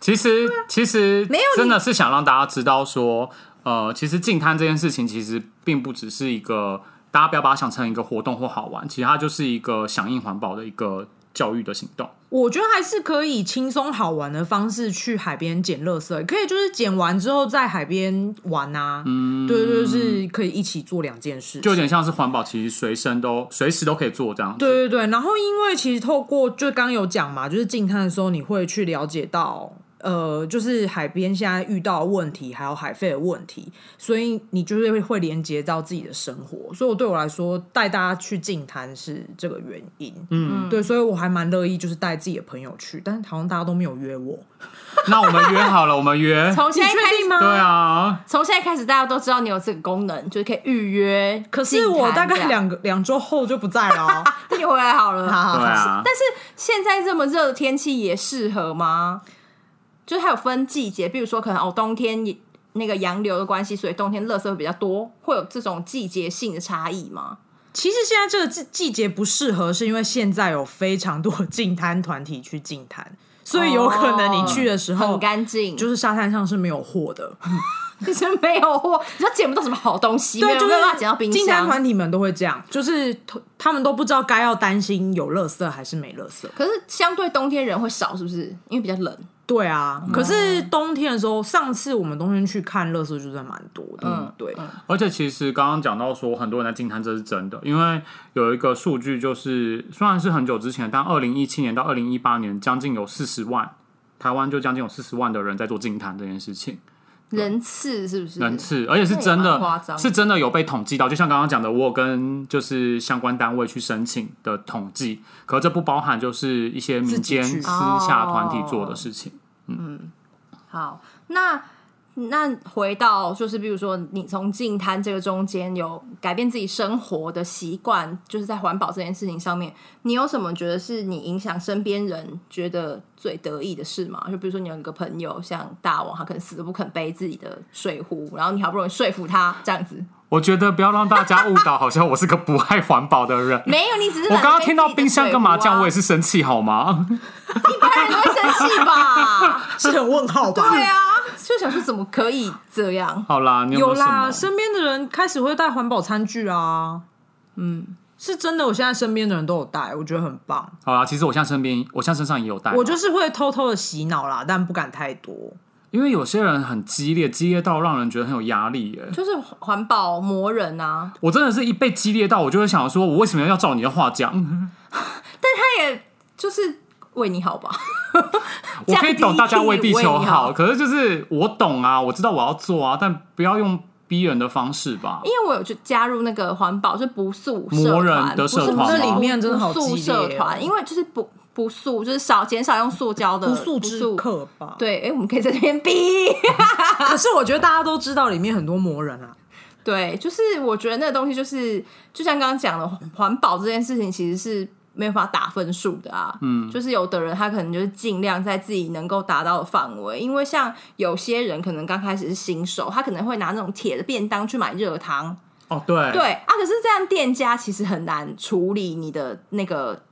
Speaker 1: 其实其实
Speaker 3: 没有你
Speaker 1: 真的是想让大家知道说，呃，其实进摊这件事情其实并不只是一个，大家不要把它想成一个活动或好玩，其实它就是一个响应环保的一个教育的行动。
Speaker 2: 我觉得还是可以轻松好玩的方式去海边捡垃圾，可以就是捡完之后在海边玩啊。嗯，对对，就是可以一起做两件事情，
Speaker 1: 就有点像是环保，其实随身都随时都可以做这样子。
Speaker 2: 对对对，然后因为其实透过就刚有讲嘛，就是进滩的时候，你会去了解到，呃，就是海边现在遇到的问题，还有海费的问题，所以你就是会会连接到自己的生活。所以我对我来说，带大家去进滩是这个原因。嗯，对，所以我还蛮乐意就是带自己的朋友去，但是好像大家都没有约我。
Speaker 1: 那我们约好了，我们 约。
Speaker 3: 从
Speaker 2: 你
Speaker 3: 现在开
Speaker 2: 确
Speaker 3: 始
Speaker 2: 定吗？
Speaker 1: 对。啊，
Speaker 3: 从现在开始，大家都知道你有这个功能，就是可以预约进摊这样。
Speaker 2: 可是我大概两个两周后就不在了、哦。
Speaker 3: 那就回来好了。
Speaker 2: 好好
Speaker 1: 对
Speaker 2: 好，
Speaker 1: 啊。
Speaker 3: 但是现在这么热的天气也适合吗？就是它有分季节，比如说可能哦，冬天也那个洋流的关系，所以冬天垃圾会比较多，会有这种季节性的差异吗？
Speaker 2: 其实现在这个季季节不适合，是因为现在有非常多的净滩团体去净滩，所以有可能你去的时候，
Speaker 3: 哦很干净，
Speaker 2: 就是沙滩上是没有货的。
Speaker 3: 就是没有货，你说捡不到什么好东西，没有
Speaker 2: 就是
Speaker 3: 没有办法捡到冰
Speaker 2: 净滩
Speaker 3: 箱。
Speaker 2: 团体们都会这样，就是他们都不知道该要担心有垃圾还是没垃圾。
Speaker 3: 可是相对冬天人会少，是不是？因为比较冷。
Speaker 2: 对啊，
Speaker 3: 嗯
Speaker 2: 可是冬天的时候，上次我们冬天去看垃圾就真的蛮多的。
Speaker 3: 嗯
Speaker 2: 对，
Speaker 3: 嗯
Speaker 1: 而且其实刚刚讲到说，很多人在进摊，这是真的，因为有一个数据就是，虽然是很久之前，但二零一七年到二零一八年，将近有四十万台湾就将近有四十万的人在做进摊这件事情，
Speaker 3: 人次是不是？
Speaker 1: 人次，而且是真
Speaker 3: 那也
Speaker 1: 的
Speaker 3: 蛮夸张的
Speaker 1: 是真的有被统计到，就像刚刚讲的，我有跟就是相关单位去申请的统计，可这不包含就是一些民间
Speaker 2: 自己去
Speaker 1: 私下团体做的事情。
Speaker 3: 哦好，那那回到就是，比如说你从净滩这个中间有改变自己生活的习惯，就是在环保这件事情上面，你有什么觉得是你影响身边人觉得最得意的事吗？就比如说你有一个朋友像大王，他可能死都不肯背自己的水壶，然后你好不容易说服他这样子，
Speaker 1: 我觉得不要让大家误导，好像我是个不爱环保的人。
Speaker 3: 没 有，你只是
Speaker 1: 我
Speaker 3: 懒得
Speaker 1: 刚刚
Speaker 3: 背
Speaker 1: 听到
Speaker 3: 自己的
Speaker 1: 冰箱
Speaker 3: 水
Speaker 1: 跟
Speaker 3: 壶
Speaker 1: 麻将，
Speaker 3: 啊
Speaker 1: 我也是生气好吗？
Speaker 3: 一般人都会生气 吧？
Speaker 2: 是很问号吧？
Speaker 3: 对啊，就想说怎么可以这样？
Speaker 1: 好啦，你有没
Speaker 2: 有
Speaker 1: 有什
Speaker 2: 啦，
Speaker 1: 么？
Speaker 2: 身边的人开始会带环保餐具啊。嗯，是真的，我现在身边的人都有带，我觉得很棒。
Speaker 1: 好啦，其实我现在身边，我现在身上也有带啦，
Speaker 2: 我就是会偷偷的洗脑啦，但不敢太多。
Speaker 1: 因为有些人很激烈，激烈到让人觉得很有压力耶。
Speaker 3: 就是环保魔人啊，
Speaker 1: 我真的是一被激烈到，我就会想说，我为什么要照你的话讲？
Speaker 3: 就是为你好吧？
Speaker 1: 我可以懂大家为地球
Speaker 3: 为你好
Speaker 1: 好，可是就是我懂啊，我知道我要做啊，但不要用逼人的方式吧
Speaker 3: 因。为我有去加入那个环保，就是不速社
Speaker 1: 魔
Speaker 3: 团
Speaker 1: 人的社团
Speaker 3: 不是
Speaker 1: 那
Speaker 2: 里面真的好
Speaker 3: 不
Speaker 2: 激
Speaker 3: 速
Speaker 2: 烈
Speaker 3: 社
Speaker 2: 哦
Speaker 3: 团，因为就是不不速，就是少减少用塑胶的
Speaker 2: 不速之。客吧。，
Speaker 3: 对，哎、我们可以在这边逼。
Speaker 2: 可是我觉得大家都知道里面很多魔人啊。
Speaker 3: 对，就是我觉得那个东西就是，就像刚刚讲的，环保这件事情其实是没有办法打分数的啊。嗯，就是有的人他可能就是尽量在自己能够达到的范围，因为像有些人可能刚开始是新手，他可能会拿那种铁的便当去买热汤，
Speaker 1: 哦，对，
Speaker 3: 对啊，可是这样店家其实很难处理你的那个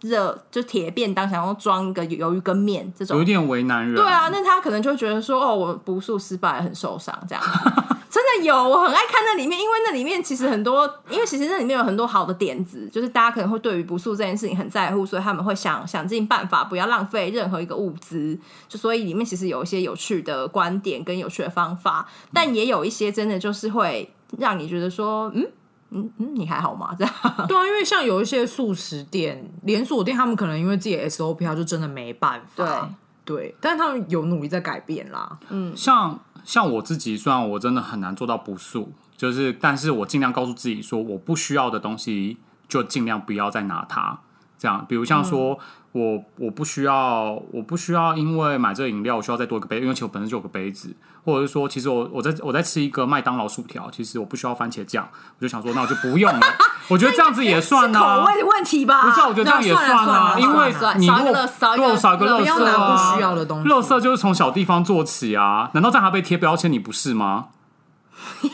Speaker 3: 热，就铁便当想要装一个鱿鱼跟面这
Speaker 1: 有一
Speaker 3: 种。
Speaker 1: 点为难人。
Speaker 3: 对，啊，那他可能就会觉得说，哦，我不速失败，很受伤这样。 真的有，我很爱看那里面，因为那里面其实很多，因为其实那里面有很多好的点子，就是大家可能会对于不速这件事情很在乎，所以他们会想想尽办法不要浪费任何一个物资。就所以里面其实有一些有趣的观点跟有趣的方法，但也有一些真的就是会让你觉得说，嗯嗯嗯，你还好吗？这样。
Speaker 2: 对啊，因为像有一些素食店、连锁店，他们可能因为自己的 SOP，他就真的没办法。对，但他们有努力在改变啦。
Speaker 1: 像像我自己，虽然我真的很难做到不素，就是，但是我尽量告诉自己说，我不需要的东西就尽量不要再拿它。这样，比如像说，我我不需要，我不需要，因为买这个饮料，我需要再多一个杯，因为其实我本身就有个杯子，或者是说，其实我我在我在吃一个麦当劳薯条，其实我不需要番茄酱，我就想说，那我就不用了。我觉得这样子也算呢、
Speaker 3: 口味的问题吧？
Speaker 1: 不是啊，我觉得这样也啊，
Speaker 2: 那算了算了
Speaker 1: 因为
Speaker 3: 算了
Speaker 1: 你
Speaker 3: 少一个
Speaker 1: 若
Speaker 3: 垃圾
Speaker 1: 对少一个
Speaker 3: 不
Speaker 1: 垃
Speaker 2: 不
Speaker 1: 圾
Speaker 2: 要
Speaker 1: 啊，
Speaker 2: 拿不需要的东西。
Speaker 1: 垃圾就是从小地方做起啊！难道在他被贴标签，你不是 吗？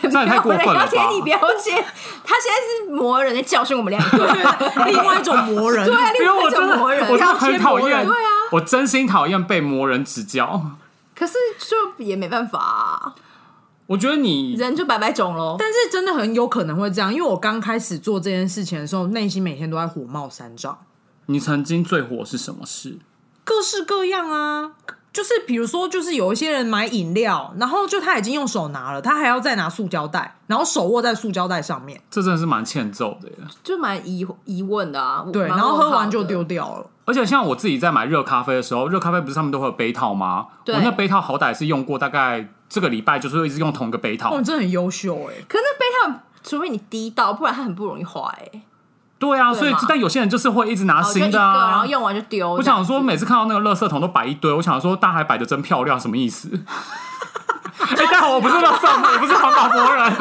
Speaker 1: 这样也太过分了
Speaker 3: 而且
Speaker 1: 吧！
Speaker 3: 你标签，他现在是磨人在教训我们两个。
Speaker 2: 另外一种魔 人，
Speaker 3: 对啊，
Speaker 1: 因
Speaker 3: 另
Speaker 1: 为
Speaker 3: 外
Speaker 1: 我
Speaker 3: 一种
Speaker 1: 真的，
Speaker 3: 磨人。
Speaker 1: 我真的很讨厌，
Speaker 3: 对啊，
Speaker 1: 我真心讨厌被魔人指教。
Speaker 3: 可是就也没办法、啊，
Speaker 1: 我觉得你
Speaker 3: 人就百百种喽。
Speaker 2: 但是真的很有可能会这样，因为我刚开始做这件事情的时候，内心每天都在火冒三丈，
Speaker 1: 你曾经最火是什么事？
Speaker 2: 各式各样啊。就是比如说，就是有一些人买饮料，然后就他已经用手拿了，他还要再拿塑胶袋，然后手握在塑胶袋上面，
Speaker 1: 这真的是蛮欠揍的耶！
Speaker 3: 就蛮疑疑问的啊。
Speaker 2: 对，
Speaker 3: 蛮
Speaker 2: 然后喝
Speaker 3: 问号
Speaker 2: 完就
Speaker 3: 的
Speaker 2: 丢。掉了。
Speaker 1: 而且像我自己在买热咖啡的时候，热咖啡不是上面都会有杯套吗？
Speaker 3: 对
Speaker 1: 我那杯套好歹是用过，大概这个礼拜就是一直用同一个杯套。
Speaker 2: 哦，你真的很优秀哎、
Speaker 3: 可是那杯套，除非你滴到，不然它很不容易坏、欸。
Speaker 1: 对啊，所以
Speaker 3: 嘛哦
Speaker 1: 但有些人就是会一直拿
Speaker 3: 然后就一
Speaker 1: 新
Speaker 3: 个，
Speaker 1: 的啊，
Speaker 3: 然后用完就丢。
Speaker 1: 我想说，每次看到那个垃圾桶都摆一堆，我想说大海摆的真漂亮，什么意 思？哎、但我不是垃圾魔，我不是环保魔 人，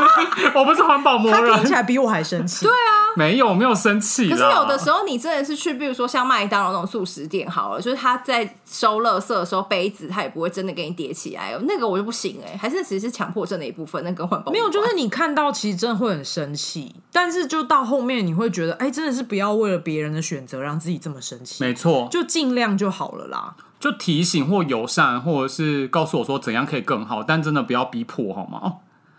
Speaker 1: 我不是环保魔
Speaker 2: 他听起
Speaker 1: 人，
Speaker 2: 来比我还生 气。
Speaker 1: 啊没有我没有生气
Speaker 3: 可
Speaker 1: 啦。
Speaker 3: 是有的时候你真的是去，比如说像麦当劳那种素食店好了，就是他在收垃圾的时候，杯子他也不会真的给你叠起来，哦那个我就不行哎、还是其实是强迫症的一部分，那跟环保无关
Speaker 2: 没有，就是你看到其实真的会很生气，但是就到后面你会觉得，哎、真的是不要为了别人的选择让自己这么生气，
Speaker 1: 没错，
Speaker 2: 就尽量就好了啦。
Speaker 1: 就提醒或友善，或者是告诉我说怎样可以更好，但真的不要逼迫好吗？哦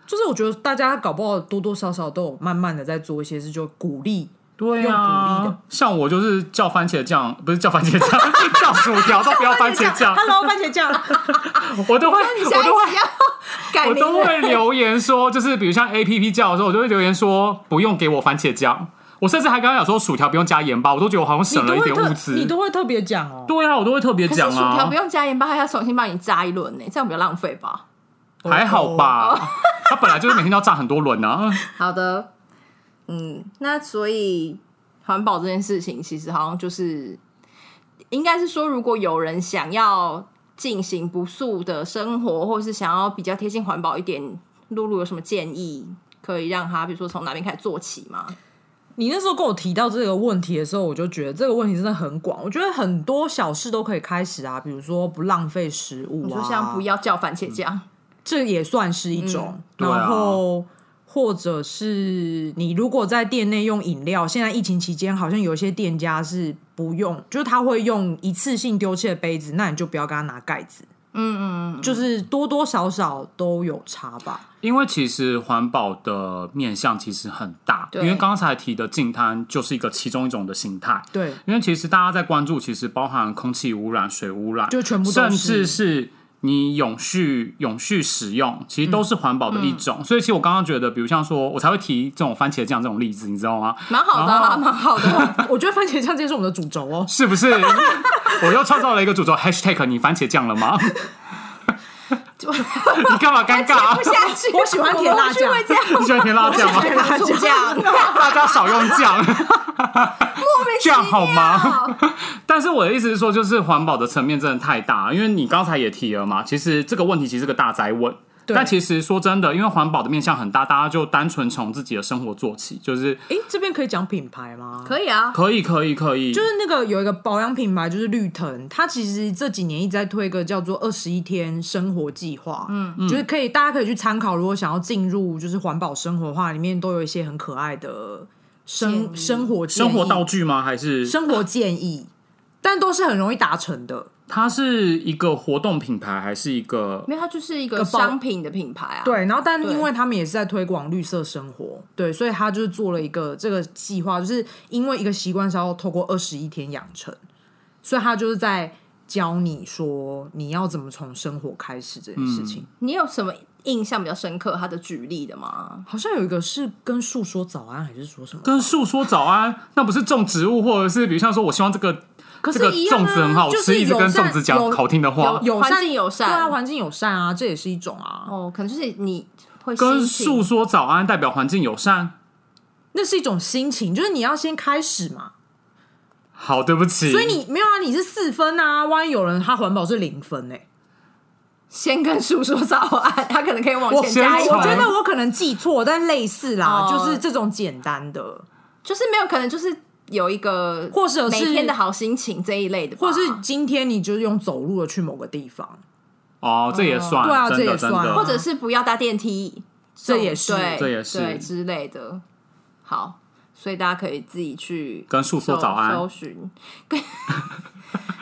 Speaker 2: 就是我觉得大家搞不好多多少少都有慢慢的在做一些事，就鼓 励。
Speaker 1: 对
Speaker 2: 用鼓励
Speaker 1: 啊
Speaker 2: 的，
Speaker 1: 像我就是叫番茄酱，不是叫番茄酱， 叫薯条都不要番茄酱，
Speaker 2: ，Hello，番茄酱，
Speaker 1: 我都会，
Speaker 3: 你
Speaker 1: 我
Speaker 3: 下一
Speaker 1: 都会
Speaker 3: 集要 改
Speaker 1: 我
Speaker 3: 名
Speaker 1: 都
Speaker 3: 了。
Speaker 1: 会留言说，就是比如像 A P P 叫的时候，我就会留言说不用给我番茄酱。我甚至还刚刚讲说薯条不用加盐巴，我都觉得我好像
Speaker 2: 你
Speaker 1: 省了
Speaker 2: 都
Speaker 1: 一
Speaker 2: 会
Speaker 1: 点物
Speaker 2: 特，你
Speaker 1: 资。
Speaker 2: 都会特别讲哦。
Speaker 1: 对啊，我都会特别
Speaker 3: 可是
Speaker 1: 讲
Speaker 3: 薯条
Speaker 1: 啊
Speaker 3: 不，用加盐巴，还要重新帮你炸一轮呢、这样比较浪费吧。
Speaker 1: 还好
Speaker 3: 哦
Speaker 1: 吧。 他本来就是每天都要炸很多轮啊，
Speaker 3: 好的，嗯，那所以环保这件事情，其实好像就是，应该是说，如果有人想要进行不素的生活，或是想要比较贴近环保一点，露露有什么建议可以让他，比如说从哪边开始做起吗？
Speaker 2: 你那时候跟我提到这个问题的时候，我就觉得这个问题真的很广。我觉得很多小事都可以开始啊，比如说不浪费食物
Speaker 3: 你
Speaker 2: 啊，
Speaker 3: 说像不要叫番茄酱，
Speaker 2: 这也算是一种。
Speaker 1: 对啊
Speaker 2: 然后、或者是你如果在店内用饮料，现在疫情期间好像有一些店家是不用，就是他会用一次性丢弃的杯子，那你就不要跟他拿盖子。嗯嗯，就是多多少少都有差吧。
Speaker 1: 因为其实环保的面向其实很大，因
Speaker 3: 对
Speaker 1: 为刚才提的净滩就是一个其中一种的形态。
Speaker 2: 对，
Speaker 1: 因为其实大家在关注，其实包含空气污染、水污染，
Speaker 2: 就全部都
Speaker 1: 甚
Speaker 2: 是
Speaker 1: 至是你永续永续使用，其实都是环保的一种。
Speaker 2: 嗯
Speaker 1: 所以，其实我刚刚觉得，比如像说，我才会提这种番茄酱这种例子，你知道吗？
Speaker 3: 蛮好的、
Speaker 1: 哦
Speaker 3: 啊，蛮 好的。
Speaker 2: 我觉得番茄酱这是我们的主轴哦。
Speaker 1: 是不 是？我又创造了一个主轴 #hashtag 你番茄酱了吗？ 你干嘛尴尬、啊
Speaker 3: 不？下去，
Speaker 2: 我喜欢甜辣酱
Speaker 3: 我不会这样，
Speaker 1: 你喜欢甜辣酱吗？
Speaker 3: 甜 辣酱，
Speaker 1: 大家少用酱，酱好吗？
Speaker 3: 好
Speaker 1: 但是我的意思是说，就是环保的层面真的太大，因为你刚才也提了嘛，其实这个问题其实是个大灾问。
Speaker 2: 对
Speaker 1: 但其实说真的，因为环保的面向很大，大家就单纯从自己的生活做起，就是
Speaker 2: 诶，这边可以讲品牌吗？
Speaker 3: 可以啊，
Speaker 1: 可以，可以，可以，
Speaker 2: 就是那个有一个保养品牌，就是绿藤，它其实这几年一直在推一个叫做“二十一天生活计划”，嗯，就是可以大家可以去参考，如果想要进入就是环保生活的话，里面都有一些很可爱的
Speaker 3: 建
Speaker 2: 生
Speaker 3: 议
Speaker 2: 生活建
Speaker 1: 生
Speaker 2: 议
Speaker 1: 活道具吗？还是
Speaker 2: 生活建议，但都是很容易达成的。
Speaker 1: 它是一个活动品牌，还是一个？
Speaker 3: 没有，它就是一个
Speaker 2: 个包
Speaker 3: 商品的品牌啊。
Speaker 2: 对，然后但
Speaker 3: 对
Speaker 2: 因为他们也是在推广绿色生活，对，所以他就是做了一个这个计划，就是因为一个习惯是要透过二十一天养成，所以他就是在教你说你要怎么从生活开始这件事情。
Speaker 3: 你有什么印象比较深刻它的举例的吗？
Speaker 2: 好像有一个是跟树说早安还是说什么？
Speaker 1: 跟树说早安，那不是种植物，或者是比如像说，我希望这个
Speaker 2: 可
Speaker 1: 这
Speaker 2: 是
Speaker 1: 个
Speaker 2: 一样
Speaker 1: 粽
Speaker 2: 啊
Speaker 1: 子很好
Speaker 2: 就
Speaker 1: 吃，
Speaker 2: 是
Speaker 1: 一直
Speaker 2: 友
Speaker 1: 跟粽
Speaker 2: 善
Speaker 1: 子讲
Speaker 2: 友
Speaker 1: 好听的话
Speaker 3: 有，
Speaker 2: 友
Speaker 3: 环
Speaker 2: 善
Speaker 3: 境友善
Speaker 2: 对啊，环境友善啊，这也是一种啊，
Speaker 3: 哦，可能就是你会
Speaker 1: 跟
Speaker 3: 心
Speaker 1: 诉
Speaker 3: 情
Speaker 1: 说早安代表环境友善。
Speaker 2: 那是一种心情，就是你要先开始嘛。
Speaker 1: 好，对不起，
Speaker 2: 所以你没有啊，你是四分啊，万一有人他环保是零分哎、
Speaker 3: 先跟叔说早安，他可能可以往前
Speaker 1: 先
Speaker 3: 加一
Speaker 1: 从
Speaker 2: 我
Speaker 3: 分。
Speaker 2: 觉得我可能记错，但类似啦，
Speaker 3: 哦
Speaker 2: 就是这种简单的，
Speaker 3: 就是没有可能就是有一个
Speaker 2: 或者是
Speaker 3: 每天的好心情这一类的吧，
Speaker 2: 或者是今天你就是用走路的去某个地方，
Speaker 1: 哦，这也算，
Speaker 2: 对啊
Speaker 1: 真
Speaker 2: 这
Speaker 1: 的
Speaker 2: 也
Speaker 1: 真
Speaker 2: 算
Speaker 1: 的，
Speaker 3: 或者是不要搭电梯，
Speaker 2: 这也是
Speaker 3: 对
Speaker 1: 这也是
Speaker 3: 对之类的。好，所以大家可以自己去
Speaker 1: 跟诉说
Speaker 3: 搜
Speaker 1: 早安
Speaker 3: 搜。寻。 跟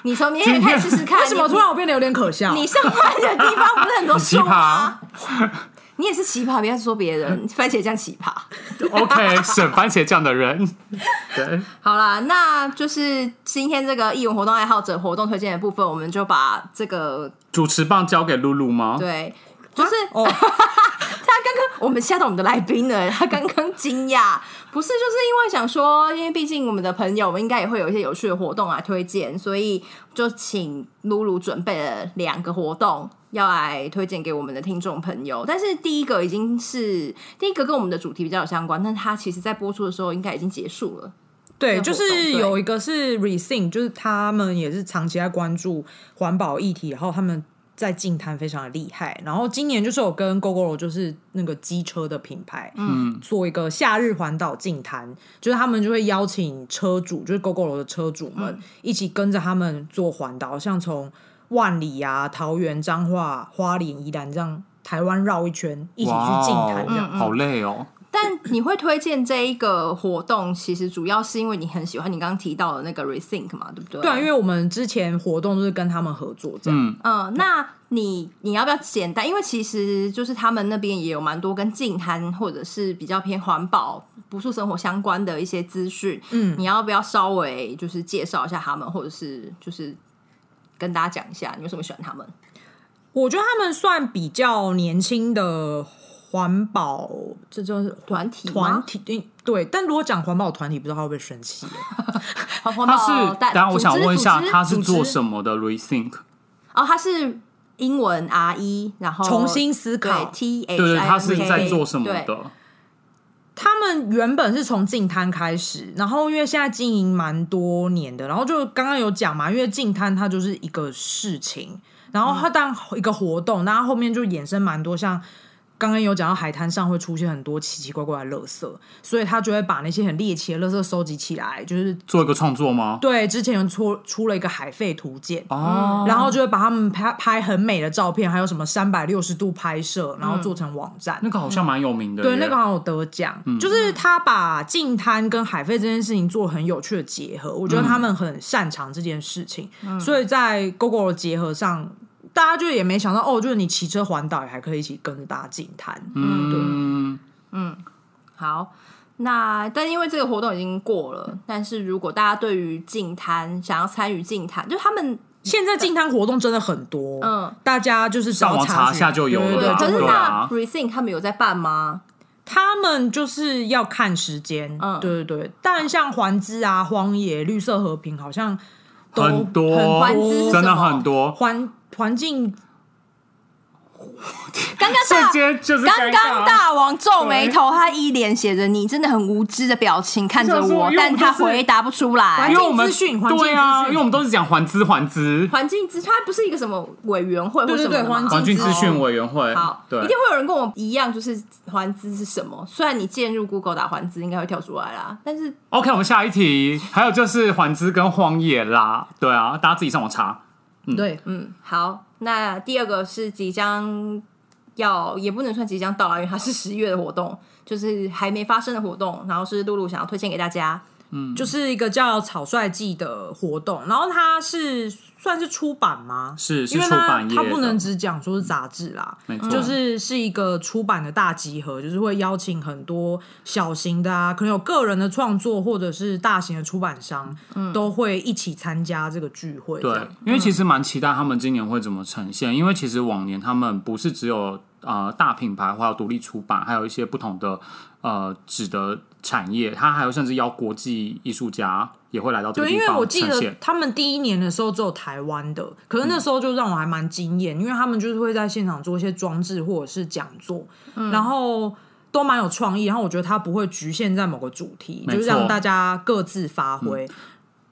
Speaker 3: 你从你也可以试试看，
Speaker 2: 为什么突然我变得有点可 笑？
Speaker 3: 你你上班的地方不是很多
Speaker 1: 奇葩
Speaker 3: 树吗？你也是奇葩，不要说别人，番茄酱奇葩。
Speaker 1: OK，选番茄酱的 人，对，
Speaker 3: 好啦，那就是今天这个艺文活动爱好者活动推荐的部分，我们就把这个
Speaker 1: 主持棒交给露露吗？
Speaker 3: 对，就是
Speaker 2: 哦，
Speaker 3: 他刚刚我们吓到我们的来宾了，他刚刚惊讶，不是就是因为想说，因为毕竟我们的朋友，我们应该也会有一些有趣的活动来啊推荐，所以就请露露准备了两个活动要来推荐给我们的听众朋友。但是第一个已经是第一个跟我们的主题比较有相关，但它其实在播出的时候应该已经结束了。
Speaker 2: 对，
Speaker 3: 的
Speaker 2: 就
Speaker 3: 活动
Speaker 2: 是
Speaker 3: 对
Speaker 2: 有一个是 Rethink，就是他们也是长期在关注环保议题，然后他们在净滩非常的厉害。然后今年就是有跟 GoGo 就是那个机车的品牌，嗯，做一个夏日环岛净滩，就是他们就会邀请车主，就是 GoGo 的车主们、
Speaker 3: 嗯
Speaker 2: 一起跟着他们做环岛，像从万里啊、桃园、彰化、花莲、宜兰这样台湾绕一圈，一起去净
Speaker 3: 哦
Speaker 2: 滩
Speaker 3: 嗯
Speaker 2: 这样。嗯
Speaker 1: 好累哦。
Speaker 3: 但你会推荐这一个活动，其实主要是因为你很喜欢你刚刚提到的那个 rethink 嘛，对不对？
Speaker 2: 对啊，因为我们之前活动都是跟他们合作这样。
Speaker 1: 嗯，
Speaker 3: 嗯，那你你要不要简单？因为其实就是他们那边也有蛮多跟净滩或者是比较偏环保、不素生活相关的一些资讯。
Speaker 2: 嗯
Speaker 3: 你要不要稍微就是介绍一下他们，或者是就是跟大家讲一下你为什么喜欢他们？
Speaker 2: 我觉得他们算比较年轻的环保，这就是
Speaker 3: 团体吗
Speaker 2: 团体嗯对。但如果讲环保团体，不知道他会不会生气？
Speaker 3: 哦好环
Speaker 1: 他
Speaker 3: 保
Speaker 2: 哦
Speaker 1: 是，
Speaker 3: 但
Speaker 1: 当然我想问一下，他是做
Speaker 3: 么？
Speaker 1: 什么的？Rethink，
Speaker 3: 哦，他是英文 R E，然后
Speaker 2: 重新思考
Speaker 3: 对 T H，
Speaker 1: 对对，
Speaker 3: I N K
Speaker 1: 他是在做什么
Speaker 3: 对
Speaker 1: 的？
Speaker 2: 他们原本是从净滩开始，然后因为现在经营蛮多年的，然后就刚刚有讲嘛，因为净滩它就是一个事情，然后它当一个活动，那它后面就衍生蛮多像。刚刚有讲到海滩上会出现很多奇奇怪怪的垃圾，所以他就会把那些很猎奇的垃圾收集起来，就是
Speaker 1: 做一个创作吗？
Speaker 2: 对之前有出出了一个海废图鉴，
Speaker 1: 哦，
Speaker 2: 然后就会把他们拍拍很美的照片，还有什么三百六十度拍摄，然后做成网站。
Speaker 1: 那个好像蛮有名的耶。
Speaker 2: 对，那个好像有得奖，
Speaker 1: 嗯
Speaker 2: 就是他把净滩跟海废这件事情做很有趣的结合，我觉得
Speaker 1: 嗯
Speaker 2: 他们很擅长这件事情，所以在 GoGo 的结合上，大家就也没想到哦，就是你骑车环岛也还可以一起跟着大家净滩，
Speaker 1: 嗯，
Speaker 3: 好，那但因为这个活动已经过了，但是如果大家对于净滩想要参与净滩，就他们
Speaker 2: 现在净滩活动真的很多，
Speaker 3: 嗯，
Speaker 2: 大大家就是只要
Speaker 1: 上网查
Speaker 2: 询
Speaker 1: 一下就有
Speaker 2: 对
Speaker 1: 了
Speaker 2: 对
Speaker 1: 啦
Speaker 3: 可
Speaker 2: 对，
Speaker 3: 是
Speaker 2: 就
Speaker 1: 对
Speaker 2: 会
Speaker 1: 啊
Speaker 3: 那 rethink 他们有在办吗？
Speaker 2: 他们就是要看时间，
Speaker 3: 嗯
Speaker 2: 对对对。但像环资啊、荒野、绿色和平，好像都
Speaker 1: 很多
Speaker 2: 很
Speaker 3: 环资是
Speaker 2: 多
Speaker 3: 什么
Speaker 1: 真的很多，
Speaker 2: 环环境
Speaker 3: 刚刚
Speaker 1: 瞬
Speaker 3: 大
Speaker 1: 间就是
Speaker 3: 刚刚
Speaker 1: 尴尬
Speaker 3: 大王皱眉头，他一脸写着你真的很无知的表情看着
Speaker 1: 我想说
Speaker 3: 我，
Speaker 1: 因为我
Speaker 3: 但
Speaker 1: 们
Speaker 3: 他
Speaker 1: 就是
Speaker 3: 回答不出来
Speaker 1: 因。为我们
Speaker 2: 环境资讯环境
Speaker 1: 对啊，
Speaker 2: 资讯
Speaker 1: 因为我们都是讲环资环资
Speaker 3: 环境资，它不是一个什么委员会或
Speaker 2: 对对
Speaker 3: 什么的
Speaker 2: 对
Speaker 3: 吗
Speaker 1: 环境
Speaker 2: 境
Speaker 1: 资
Speaker 2: 资
Speaker 1: 讯委员会，
Speaker 3: 好，
Speaker 1: 对
Speaker 3: 一定，会有人跟我一样，就是环资是什么？虽然你进入 Google 打环资，应该会跳出来啦，但是
Speaker 1: OK，我们下一题，还有就是环资跟荒野啦，对啊，大家自己上网查。
Speaker 2: 对，
Speaker 3: 嗯，好，那第二个是即将要，也不能算即将到来，因为它是十月的活动，就是还没发生的活动，然后是露露想要推荐给大家。
Speaker 2: 就是一个叫草率季的活动，然后它是算是出版吗？
Speaker 1: 是是
Speaker 2: 因为
Speaker 1: 出
Speaker 2: 它
Speaker 1: 版业
Speaker 2: 它不
Speaker 1: 的
Speaker 2: 能只讲说是杂志啦，
Speaker 1: 没错
Speaker 2: 就是是一个出版的大集合，就是会邀请很多小型的啊，可能有个人的创作或者是大型的出版商，都会一起参加这个聚会。这
Speaker 1: 嗯对
Speaker 2: 样，嗯
Speaker 1: 因为其实蛮期待他们今年会怎么呈现，因为其实往年他们不是只有呃大品牌，还有独立出版，还有一些不同的呃纸的产业，它还有甚至邀国际艺术家也会来到这个
Speaker 2: 对，
Speaker 1: 地
Speaker 2: 因为我
Speaker 1: 方
Speaker 2: 记
Speaker 1: 呈
Speaker 2: 得
Speaker 1: 现。
Speaker 2: 他们第一年的时候只有台湾的，可是那时候就让我还蛮惊艳，因为他们就是会在现场做一些装置或者是讲座，
Speaker 1: 嗯
Speaker 2: 然后都蛮有创意。然后我觉得它不会局限在某个主题，
Speaker 1: 没
Speaker 2: 就
Speaker 1: 错嗯
Speaker 2: 是让大家各自发挥。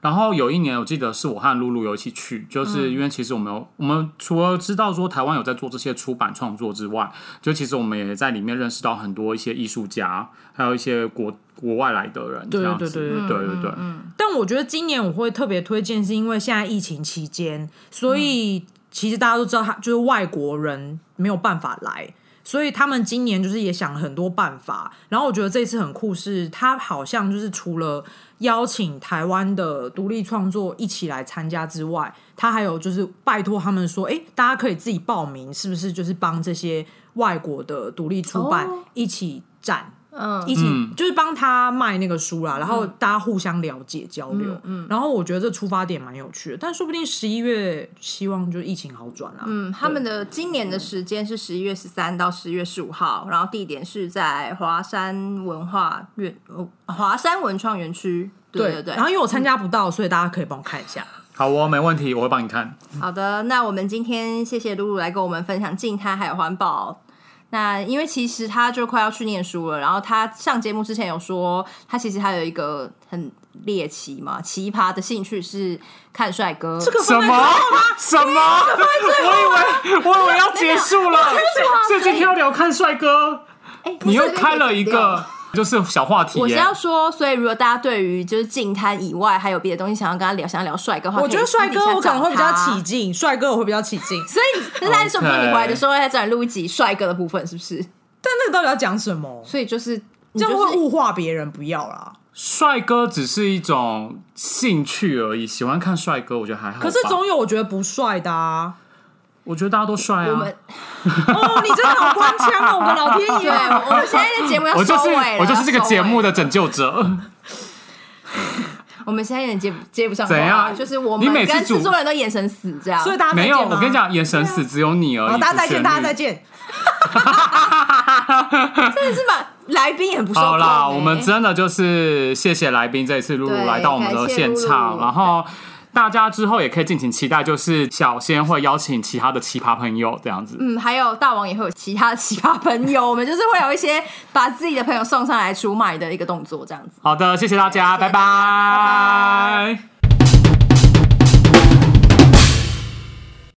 Speaker 1: 然后有一年，我记得是我和露露有一起去，
Speaker 2: 嗯
Speaker 1: 就是因为其实我们有，我们除了知道说台湾有在做这些出版创作之外，就其实我们也在里面认识到很多一些艺术家，还有一些国国外来的人，
Speaker 2: 对
Speaker 1: 这样子
Speaker 2: 对对对嗯
Speaker 1: 对对对，
Speaker 2: 但我觉得今年我会特别推荐，是因为现在疫情期间，所以其实大家都知道，他就是外国人没有办法来。所以他们今年就是也想了很多办法，然后我觉得这次很酷是，他好像就是除了邀请台湾的独立创作一起来参加之外，他还有就是拜托他们说，哎，大家可以自己报名，是不是就是帮这些外国的独立出版
Speaker 3: 哦
Speaker 2: 一起展
Speaker 3: 嗯
Speaker 2: 一起、
Speaker 1: 嗯
Speaker 2: 就是帮他卖那个书啦，然后大家互相了解交流，
Speaker 3: 嗯
Speaker 2: 然后我觉得这出发点蛮有趣的，但说不定十一月希望就疫情好转啊，
Speaker 3: 嗯，他们的今年的时间是十一月十三到十月十五号，然后地点是在华山文化园，呃华山文创园区。对对对，
Speaker 2: 然后因为我参加不到，所以大家可以帮我看一下，
Speaker 1: 好哦，没问题，我会帮你看。
Speaker 3: 好的，那我们今天谢谢露露来跟我们分享静态还有环保。那因为其实她就快要去念书了，然后她上节目之前有说，她其实还有一个很猎奇嘛、奇葩的兴趣是看帅哥。
Speaker 2: 这个
Speaker 1: 什
Speaker 2: 放在
Speaker 1: 么什么？我以为我以为要结束了，所以今天要聊看帅哥，
Speaker 3: 哎，
Speaker 1: 你又开了一个就是小话题
Speaker 3: 我是
Speaker 1: 耶。
Speaker 3: 要说，所以如果大家对于就是近滩以外还有别的东西想要跟他聊，想要聊帅哥的话，
Speaker 2: 我觉
Speaker 3: 可
Speaker 2: 得
Speaker 3: 以私
Speaker 2: 帅
Speaker 3: 底下
Speaker 2: 哥我可能会比较
Speaker 3: 找他
Speaker 2: 起。劲，帅哥我会比较起劲，
Speaker 3: 所以，那大家说不定
Speaker 1: OK
Speaker 3: 你回来的时候要再录一集帅哥的部分，是不是？
Speaker 2: 但那个到底要讲什么？
Speaker 3: 所以就是
Speaker 2: 这
Speaker 3: 这
Speaker 2: 样会
Speaker 3: 就是
Speaker 2: 物化别人，不要啦。
Speaker 1: 帅哥只是一种兴趣而已，喜欢看帅哥，我觉得还好吧。
Speaker 2: 可是总有我觉得不帅的啊！
Speaker 1: 我觉得大家都帅
Speaker 3: 我
Speaker 1: 啊。
Speaker 3: 们
Speaker 2: 哦，你真的好官腔 哦，我们老天
Speaker 3: 对，
Speaker 2: 爷！
Speaker 3: 我们现在的节目要
Speaker 1: 我就
Speaker 3: 收
Speaker 1: 是
Speaker 3: 尾了，
Speaker 1: 我就是这个
Speaker 3: 要收尾
Speaker 1: 节目的拯救者，
Speaker 3: 我们现在有点接不接不上话
Speaker 1: 怎样
Speaker 3: 就是我
Speaker 1: 你
Speaker 3: 们
Speaker 1: 每次
Speaker 3: 跟
Speaker 1: 组
Speaker 3: 制作人都眼神死这样，
Speaker 2: 所以大家再
Speaker 1: 没
Speaker 2: 见
Speaker 1: 有，
Speaker 2: 吗
Speaker 1: 我跟你，讲，眼神死只有你而
Speaker 2: 好，
Speaker 1: 已。
Speaker 2: 大家再见，
Speaker 1: 不是
Speaker 2: 大家再
Speaker 1: 你。
Speaker 2: 见。
Speaker 3: 真的是把来宾也很不受控
Speaker 1: 好啦，
Speaker 3: 欸
Speaker 1: 我们真的就是谢谢来宾这一次露露
Speaker 3: 对
Speaker 1: 来到我们的
Speaker 3: 感谢
Speaker 1: 现
Speaker 3: 露
Speaker 1: 场，
Speaker 3: 露
Speaker 1: 然后大家之后也可以敬请期待，就是小仙会邀请其他的奇葩朋友这样子。
Speaker 3: 嗯，还有大王也会有其他的 奇葩朋友，我们就是会有一些把自己的朋友送上来出卖的一个动作，这样子。
Speaker 1: 好的，谢谢大家，
Speaker 3: 谢谢大家
Speaker 1: 拜
Speaker 3: 拜
Speaker 1: 拜